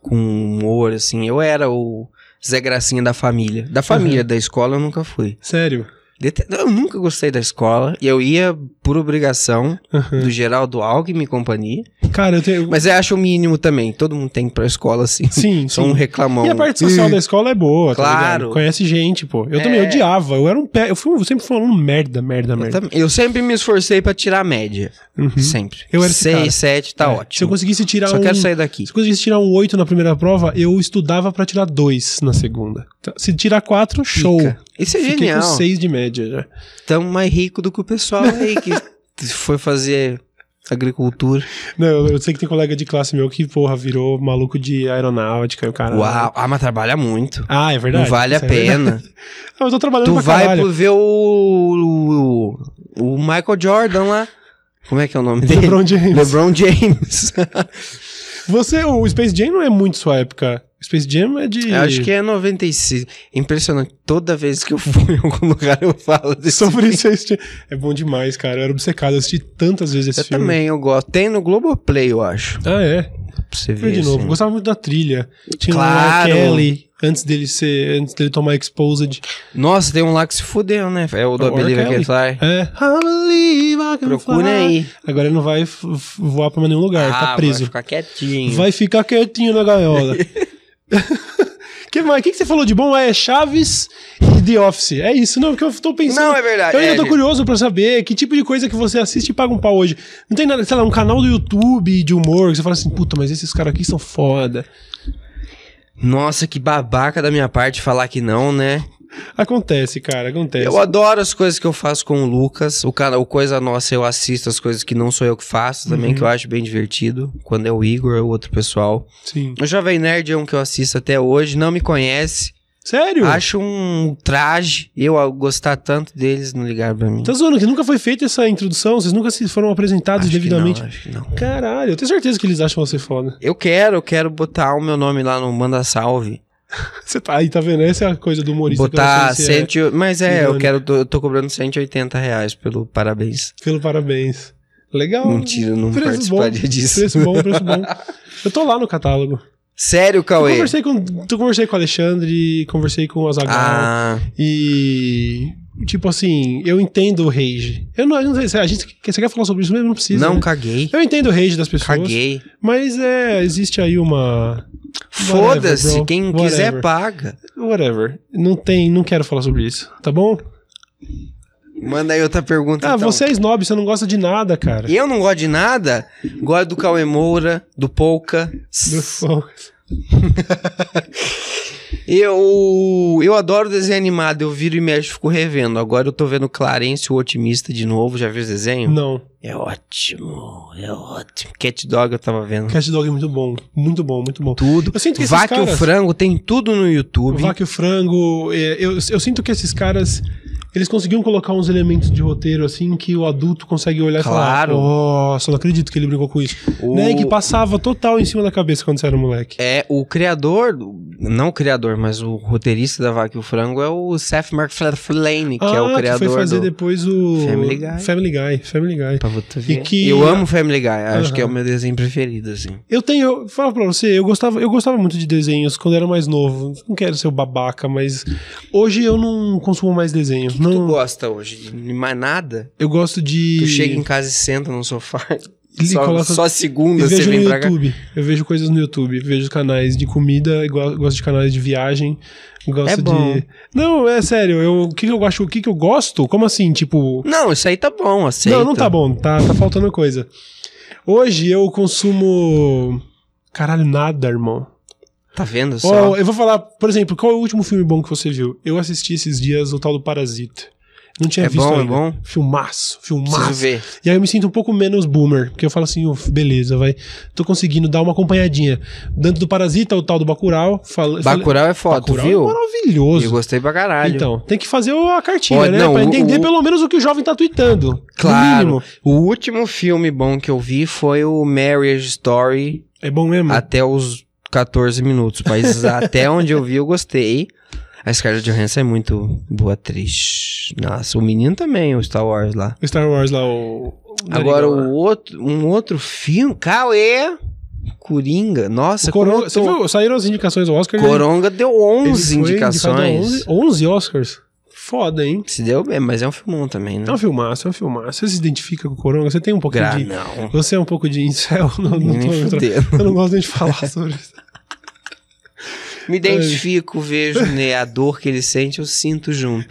B: com humor, assim. Eu era o Zé Gracinha da família. Da família, da escola eu nunca fui.
A: Sério?
B: Dete- Eu nunca gostei da escola. E eu ia por obrigação do Geraldo Alckmin e companhia.
A: Cara, eu tenho.
B: Mas eu acho o mínimo também. Todo mundo tem que ir pra escola, assim.
A: Sim,
B: Só um
A: sim.
B: reclamão.
A: E a parte social
B: Ih.
A: da escola é boa, tá
B: Claro.
A: ligado? Conhece gente, pô. Eu
B: É.
A: também odiava. Eu era um pé. Eu fui, um- sempre fui um aluno merda, merda,
B: Eu,
A: merda.
B: também- eu sempre me esforcei pra tirar a média.
A: Uhum.
B: Sempre.
A: Eu era esse cara.
B: 6, 7, tá
A: É. Se eu
B: ótimo.
A: conseguisse tirar
B: Só
A: um.
B: quero sair daqui.
A: Se eu conseguisse tirar um 8 na primeira prova, eu estudava pra tirar 2 na segunda. Tá, Se tirar 4, show.
B: Pica. Isso é
A: Fiquei
B: genial.
A: com 6 de média já.
B: Tão mais rico do que o pessoal aí que foi fazer agricultura.
A: Não, eu- eu sei que tem colega de classe meu que, porra, virou maluco de aeronáutica e o cara.
B: Uau, ah, mas trabalha muito.
A: Ah, é verdade.
B: Não vale a
A: Isso é verdade.
B: pena.
A: Ah, eu tô trabalhando
B: tu
A: pra
B: vai
A: caralho.
B: pro ver o, o, o Michael Jordan lá. Como é que é o nome dele?
A: LeBron James.
B: LeBron James.
A: Você, o Space Jam não é muito sua época. Space Jam é de.
B: Eu acho que é 96. Impressionante. Toda vez que eu vou em algum lugar eu falo desse
A: Sobre isso, esse- é bom demais, cara. Eu era obcecado, eu assisti tantas vezes esse
B: Eu
A: filme.
B: também, eu gosto. Tem no Globoplay, eu acho.
A: Ah, é.
B: Pra você
A: Fui
B: ver.
A: de novo.
B: assim.
A: Gostava muito da trilha. Tinha
B: Claro.
A: o R. Kelly antes dele ser. Antes dele tomar Exposed.
B: Nossa, tem um lá que se fudeu, né? É o do
A: O R.
B: Believe I Can
A: Kelly.
B: Fly.
A: É. I believe I can
B: Procura
A: fly.
B: aí. Ah,
A: Agora ele não vai f- f- voar pra mais nenhum lugar, tá
B: Vai
A: preso.
B: ficar quietinho.
A: Vai ficar quietinho na gaiola. que mais? O que, que você falou de bom? É Chaves e The Office. É isso, não, porque eu tô pensando.
B: Não, é verdade,
A: um- Eu ainda
B: é,
A: tô
B: gente.
A: curioso pra saber que tipo de coisa que você assiste e paga um pau hoje. Não tem nada, sei lá, um canal do YouTube de humor que você fala assim, puta, mas esses caras aqui são foda.
B: Nossa, que babaca da minha parte falar que não, né?
A: Acontece, cara, acontece.
B: Eu adoro as coisas que eu faço com o Lucas. O cara, o Coisa Nossa, eu assisto as coisas que não sou eu que faço também,
A: Uhum.
B: que eu acho bem divertido. Quando é o Igor, é o outro pessoal.
A: Sim.
B: O Jovem Nerd é um que eu assisto até hoje, não me conhece.
A: Sério?
B: Acho um traje. Eu ao gostar tanto deles, não ligaram pra mim.
A: Tá zoando que nunca foi feita essa introdução? Vocês nunca se foram apresentados
B: Acho que
A: devidamente?
B: não, é. acho que não.
A: Caralho, eu tenho certeza que eles acham você foda.
B: Eu quero, eu quero botar o meu nome lá no Manda Salve.
A: Você tá aí, tá vendo? Essa é a coisa do humorista. que eu
B: botar
A: não sei se é.
B: 100. Mas é, eu
A: irônico.
B: quero, tô- eu tô cobrando 180 reais pelo parabéns.
A: Pelo parabéns. Legal.
B: Mentira, eu não
A: Preço
B: participaria
A: bom,
B: disso.
A: Preço bom, preço bom. Eu tô lá no catálogo.
B: Sério,
A: Eu
B: Cauê?
A: conversei, com, eu conversei com o Alexandre, conversei com o Azagal.
B: Ah,
A: E. Tipo assim, eu entendo o rage. Eu não, eu não sei, se a gente, você quer falar sobre isso mesmo? Não precisa.
B: não
A: né?
B: caguei.
A: Eu entendo o rage das pessoas.
B: Caguei.
A: Mas é, existe aí uma.
B: Foda-se,
A: bro.
B: quem
A: Whatever.
B: quiser paga.
A: Whatever. Não tem, não quero falar sobre isso, tá bom?
B: Manda aí outra pergunta.
A: Ah,
B: então.
A: você é snob, você não gosta de nada, cara.
B: E eu não gosto de nada? Gosto do Cauê Moura, do Polka. Eu, eu adoro desenho animado, eu viro e mexo, fico revendo. Agora eu tô vendo Clarence, o otimista, de novo. Já viu o desenho?
A: Não.
B: É ótimo, é ótimo. Cat Dog eu tava vendo.
A: Cat Dog é muito bom. Muito bom, muito bom.
B: Tudo.
A: Eu sinto que esses
B: Vá que o
A: caras.
B: Frango tem tudo no
A: O
B: YouTube.
A: Vaca e o Frango. é, Eu, eu sinto que esses caras. Eles conseguiam colocar uns elementos de roteiro assim que o adulto consegue olhar
B: Claro.
A: e falar: Nossa, não acredito que ele brincou com isso.
B: O-
A: Né? E que passava total em cima da cabeça quando você era moleque.
B: É o criador, não o criador, mas o roteirista da Vaca e o Frango é o Seth MacFarlane, que é o criador
A: Ah, foi fazer
B: do...
A: depois o.
B: Family Guy.
A: Family Guy. Family Guy.
B: Pra você ver.
A: que-
B: Eu amo Family Guy, acho
A: Aham.
B: que é o meu desenho preferido, assim.
A: Eu tenho, eu falo pra você, eu gostava, eu gostava muito de desenhos quando era mais novo. Não quero ser o babaca, mas hoje eu não consumo mais desenho.
B: Tu
A: não,
B: gosta hoje de mais nada?
A: eu gosto de.
B: Tu chega em casa e senta no sofá.
A: Ele
B: Só,
A: coloca-
B: só segunda
A: eu
B: você
A: vejo
B: vem
A: no
B: pra cá.
A: YouTube. Eu vejo coisas no YouTube. Vejo canais de comida, go- gosto de canais de viagem. Gosto
B: É bom.
A: de. Não, é sério. Eu, o que, que eu acho? O que, que eu gosto? Como assim? Tipo.
B: Não, isso aí tá bom, aceita.
A: Não, não tá bom. Tá, tá faltando coisa. Hoje eu consumo. Caralho, nada, irmão.
B: Tá vendo só?
A: Ó, é eu vou falar, por exemplo, qual é o último filme bom que você viu? Eu assisti esses dias o tal do Parasita. Não tinha
B: É
A: visto né?
B: bom, é
A: ainda.
B: bom?
A: Filmaço,
B: Preciso
A: filmaço.
B: ver.
A: E aí eu me sinto um pouco menos boomer, porque eu falo assim, "Uf, beleza, vai. Tô conseguindo dar uma acompanhadinha. Dentro do Parasita, o tal do Bacurau. Fala,
B: Bacurau é foto,
A: Bacurau
B: viu?
A: é
B: Eu
A: maravilhoso.
B: gostei pra caralho.
A: Então, tem que fazer a cartinha,
B: Ó,
A: né?
B: não,
A: pra
B: o-
A: entender
B: o-
A: pelo menos o que o jovem tá tweetando. no
B: Claro.
A: mínimo.
B: O último filme bom que eu vi foi o Marriage Story
A: É bom mesmo?
B: até os 14 minutos. Mas até onde eu vi, eu gostei. A Scarlett Johansson é muito boa atriz. Nossa, o menino também, o Star Wars lá.
A: O Star Wars lá, o...
B: Agora,
A: né?
B: o outro, um outro filme, Cauê, Coringa. Nossa,
A: O Coronga-
B: como eu
A: você
B: tô-
A: viu? Saíram as indicações do Oscar. né?
B: Coronga deu
A: Ele
B: 11
A: foi
B: indicações.
A: indicado a 11, 11 Oscars. Foda, hein?
B: Se deu bem, mas é um filmão também, né?
A: É um filmaço, é um filmaço. Você se identifica com o Coronga? Você tem um pouquinho
B: Gra-
A: de...
B: não.
A: Você é um pouco de incel? Não, não tô-
B: Nem fudendo.
A: eu não gosto nem de falar sobre isso.
B: Me identifico, vejo né, a dor que ele sente, eu sinto junto.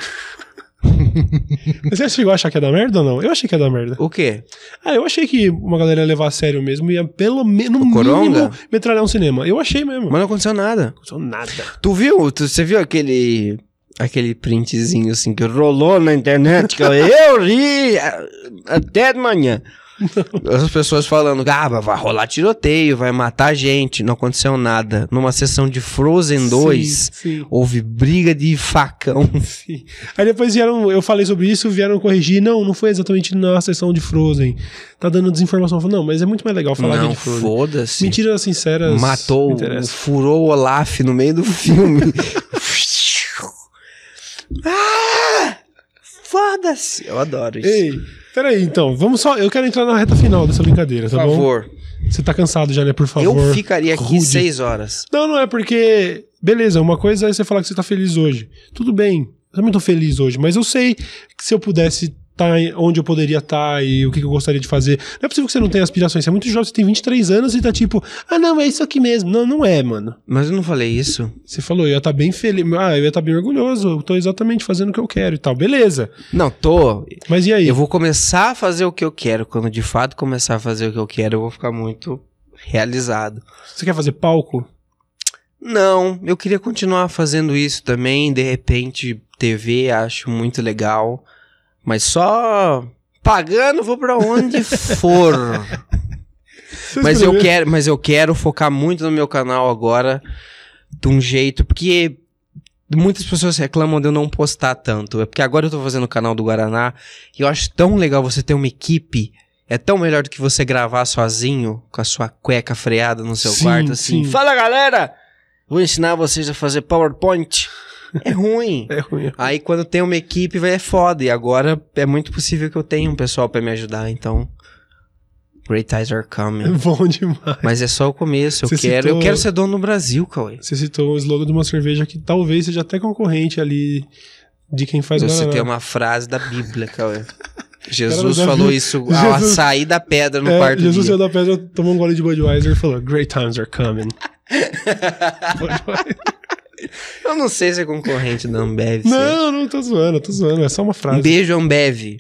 A: Mas você chegou a achar que é da merda ou não? Eu achei que é da merda.
B: O quê?
A: Ah, eu achei que uma galera ia levar a sério mesmo e ia pelo menos, no
B: Coronga?
A: mínimo, metralhar um cinema. Eu achei mesmo.
B: Mas não aconteceu nada.
A: Não sou nada.
B: Tu viu? Tu, você viu aquele aquele printzinho assim que rolou na internet? Que eu, eu ri a- até de manhã. As pessoas falando, ah, mas vai rolar tiroteio, vai matar gente. Não aconteceu nada. Numa sessão de Frozen 2,
A: Sim,
B: houve briga de facão.
A: sim, sim. Aí depois vieram, eu falei sobre isso, vieram corrigir. Não, não foi exatamente na sessão de Frozen. Tá dando desinformação. Eu falei, Não, mas é muito mais legal falar que é
B: Não,
A: de Frozen.
B: foda-se.
A: Mentiras sinceras. não
B: Matou,
A: interessa.
B: furou o Olaf no meio do filme. ah! Foda-se. Eu adoro isso.
A: Ei, peraí, então, vamos só. Eu quero entrar na reta final dessa brincadeira,
B: Por
A: tá bom?
B: favor.
A: Você tá cansado já, né? Por favor.
B: Eu ficaria aqui
A: Rude.
B: seis horas.
A: Não, não é porque. Beleza, uma coisa é você falar que você tá feliz hoje. Tudo bem, eu também tô feliz hoje, mas eu sei que se eu pudesse estar onde eu poderia estar e o que que eu gostaria de fazer. Não é possível que você não tenha aspirações. Você é muito jovem, você tem 23 anos e tá tipo, ah, não, é isso aqui mesmo. Não, não é, mano.
B: Mas eu não falei isso.
A: Você falou, eu ia estar bem feliz. Ah, eu ia estar bem orgulhoso. Eu tô exatamente fazendo o que eu quero e tal. Beleza.
B: Não, tô.
A: Mas e aí?
B: Eu vou começar a fazer o que eu quero. Quando de fato começar a fazer o que eu quero, eu vou ficar muito realizado.
A: Você quer fazer palco?
B: Não, eu queria continuar fazendo isso também. De repente, TV acho muito legal. Mas só pagando, vou pra onde for.
A: Vocês
B: mas eu
A: primeiro-
B: quero, mas eu quero focar muito no meu canal agora de um jeito porque muitas pessoas reclamam de eu não postar tanto. É porque agora eu tô fazendo o canal do Guaraná e eu acho tão legal você ter uma equipe. É tão melhor do que você gravar sozinho com a sua cueca freada no seu
A: Sim,
B: quarto assim.
A: sim.
B: Fala galera, vou ensinar vocês a fazer PowerPoint. É ruim.
A: É ruim.
B: Aí quando tem uma equipe, vai é foda. E agora é muito possível que eu tenha um pessoal pra me ajudar, então. Great eyes are
A: É
B: coming.
A: bom demais.
B: Mas é só o começo, eu
A: Você
B: quero.
A: citou-
B: Eu quero ser dono do Brasil, Cauê.
A: Você citou o slogan de uma cerveja que talvez seja até concorrente ali de quem faz
B: eu
A: Guaraná.
B: citei uma frase da Bíblia, Cauê. Jesus
A: Cara, eu já
B: falou
A: vi-
B: isso ao
A: Jesus-
B: sair da pedra no
A: É,
B: quarto
A: Jesus saiu
B: dia.
A: da pedra, tomou um gole de Budweiser e falou: Great times are coming. Budweiser.
B: Eu não sei se é concorrente da Ambev. sei.
A: não, não tô zoando, tô zoando. É só uma
B: Um
A: frase.
B: beijo, Ambev.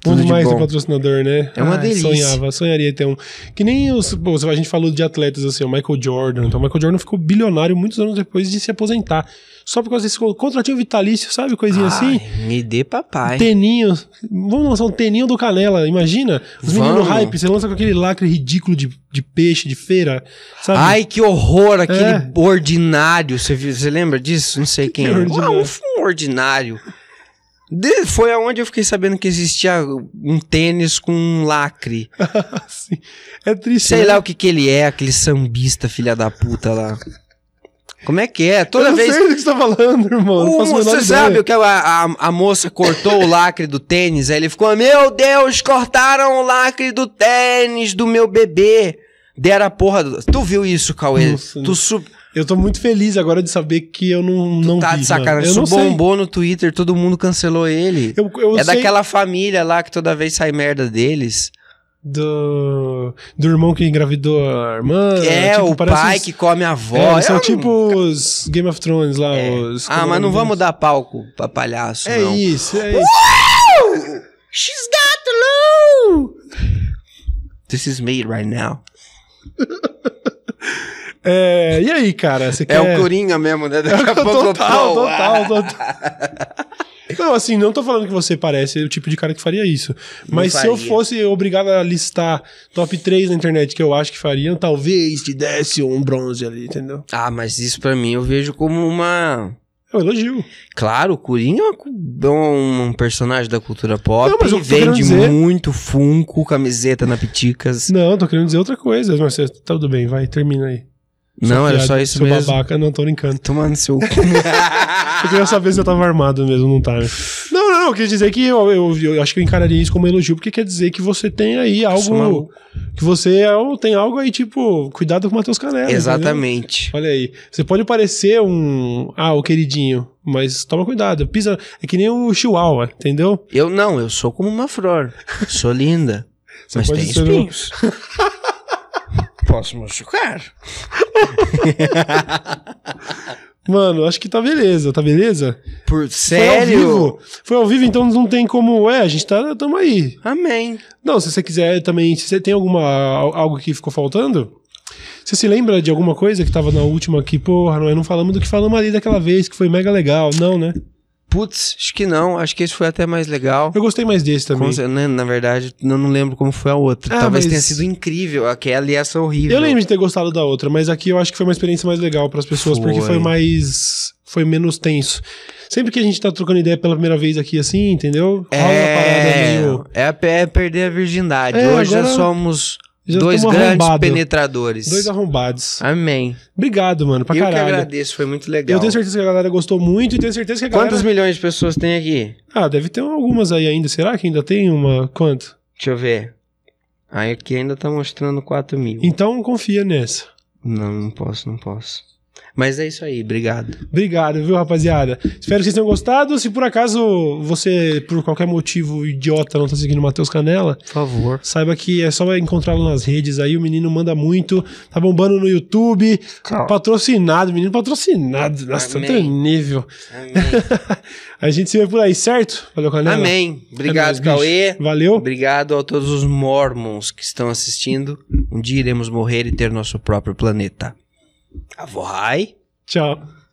B: tudo
A: Vamos
B: de
A: mais
B: bom.
A: um patrocinador, né?
B: É uma
A: Ai,
B: delícia.
A: Sonhava, sonharia ter um. Que nem os. Pô, a gente falou de atletas assim, o Michael Jordan. Então, o Michael Jordan ficou bilionário muitos anos depois de se aposentar. Só por causa desse contratinho vitalício, sabe? Coisinha
B: Ah,
A: assim.
B: Ai, me dê papai.
A: Teninho. Vamos lançar um teninho do Canela, imagina? Os meninos no
B: Vamos.
A: hype, você lança com aquele lacre ridículo de, de peixe, de feira, sabe?
B: Ai, que horror, aquele
A: É.
B: ordinário. Você, viu- você lembra disso? Não sei quem
A: Que
B: é. Ah,
A: ordinário.
B: um, f- um ordinário. De- foi aonde eu fiquei sabendo que existia um tênis com um lacre.
A: Assim, é triste.
B: Sei
A: né?
B: lá o que que ele é, aquele sambista filha da puta lá. Como é que é? Toda
A: eu não
B: vez...
A: sei do que você tá falando, irmão. não
B: Um,
A: faço a menor
B: você
A: ideia.
B: sabe que a, a, a moça cortou o lacre do tênis? Aí ele ficou, meu Deus, cortaram o lacre do tênis do meu bebê. Deram a porra do... Tu viu isso, Cauê?
A: Nossa,
B: tu sub...
A: Eu tô muito feliz agora de saber que eu não, não
B: tá
A: vi,
B: de
A: mano.
B: sacanagem.
A: Eu
B: Isso
A: não sei.
B: bombou no Twitter, todo mundo cancelou ele.
A: Eu, eu
B: é
A: sei
B: daquela família lá que toda vez sai merda deles.
A: do, do irmão que engravidou a irmã.
B: é,
A: tipo,
B: o
A: parece
B: pai
A: os-
B: que come a avó.
A: É,
B: Eu
A: são
B: não-
A: tipo os Game of Thrones lá.
B: É.
A: Os,
B: Ah, mas não vamos dar palco pra palhaço,
A: É
B: não.
A: isso, é isso.
B: She's got low! This is me right now.
A: É, e aí, cara? Você
B: É,
A: quer...
B: o Coringa mesmo, né? Daqui a pouco
A: É total,
B: pau, ah.
A: total, total. Não, assim, não tô falando que você parece o tipo de cara que faria isso. Mas se eu
B: faria.
A: fosse obrigado a listar top 3 na internet que eu acho que fariam, talvez te desse um bronze ali, entendeu?
B: Ah, mas isso pra mim eu vejo como uma.
A: É um elogio.
B: Claro, o Coringa é uma cu- é um, um personagem da cultura pop.
A: Não, mas eu tô querendo
B: vende
A: dizer-
B: muito Funko, camiseta na Piticas.
A: Não, tô querendo dizer outra coisa, mas você- tá tudo bem, vai, termina aí.
B: Não,
A: Sua
B: era
A: piada,
B: só isso
A: seu
B: mesmo.
A: babaca, não tô brincando.
B: Tomando seu cu. Ah.
A: Eu queria saber se eu tava armado mesmo, não tá. né? Não, não, não, eu queria dizer que eu, eu- eu acho que eu encararia isso como elogio, porque quer dizer que você tem aí
B: Sou
A: algo.
B: maluco.
A: Que você é um- tem algo aí, tipo, cuidado com o Matheus Canela. entendeu?
B: Exatamente.
A: Olha aí. Você pode parecer um. Ah, o queridinho. Mas toma cuidado. Pisa. É que nem o Chihuahua, entendeu?
B: Eu não, eu sou como uma flor. Sou linda.
A: Você
B: mas
A: pode
B: tem
A: ser um-
B: espinhos. Posso machucar?
A: Mano, acho que tá beleza, tá beleza?
B: Por
A: Foi ao
B: sério?
A: vivo. Foi ao vivo, então não tem como. É, a gente tá. Tamo aí.
B: Amém.
A: Não, se você quiser também, se você tem alguma al- algo que ficou faltando, você se lembra de alguma coisa que tava na última que, porra, nós não falamos do que falamos ali daquela vez, que foi mega legal, não, né?
B: Putz, acho que não. Acho que esse foi até mais legal.
A: Eu gostei mais desse também.
B: Com cer- né, Na verdade, eu não lembro como foi a outra.
A: Ah,
B: Talvez
A: mas-
B: tenha sido incrível. Aquela e essa horrível.
A: Eu lembro de ter gostado da outra, mas aqui eu acho que foi uma experiência mais legal pras pessoas, porque
B: Foi.
A: foi mais foi menos tenso. Sempre que a gente tá trocando ideia pela primeira vez aqui assim, entendeu? Rola uma
B: É, é, a pe- é perder a virgindade.
A: É,
B: Hoje já
A: agora-
B: somos
A: já
B: dois
A: tamo
B: grandes
A: arrombado.
B: penetradores.
A: dois arrombados.
B: Amém.
A: Obrigado, mano, pra
B: eu que
A: caralho.
B: agradeço, foi muito legal.
A: Eu tenho certeza que a galera gostou muito e tenho certeza que a galera
B: Quantos milhões de pessoas tem aqui?
A: Ah, deve ter algumas aí ainda. Será que ainda tem uma? Quanto?
B: Deixa eu ver. Aí aqui ainda tá mostrando 4 mil.
A: Então confia nessa.
B: Não, não posso, não posso. Mas é isso aí, obrigado.
A: Obrigado, viu, rapaziada? Espero que vocês tenham gostado. Se por acaso você, por qualquer motivo idiota, não tá seguindo o Matheus Canela,
B: Por favor.
A: saiba que é só encontrá-lo nas redes aí. O menino manda muito. Tá bombando no YouTube. Patrocinado, menino patrocinado. Nossa,
B: Amém.
A: tanto nível.
B: Amém.
A: A gente se vê por aí, certo? Valeu, Canela.
B: Amém.
A: É
B: Obrigado,
A: nóis, bicho.
B: Cauê.
A: Valeu.
B: Obrigado a todos os mormons que estão assistindo. Um dia iremos morrer e ter nosso próprio planeta.
C: Ah, vai.
B: Tchau.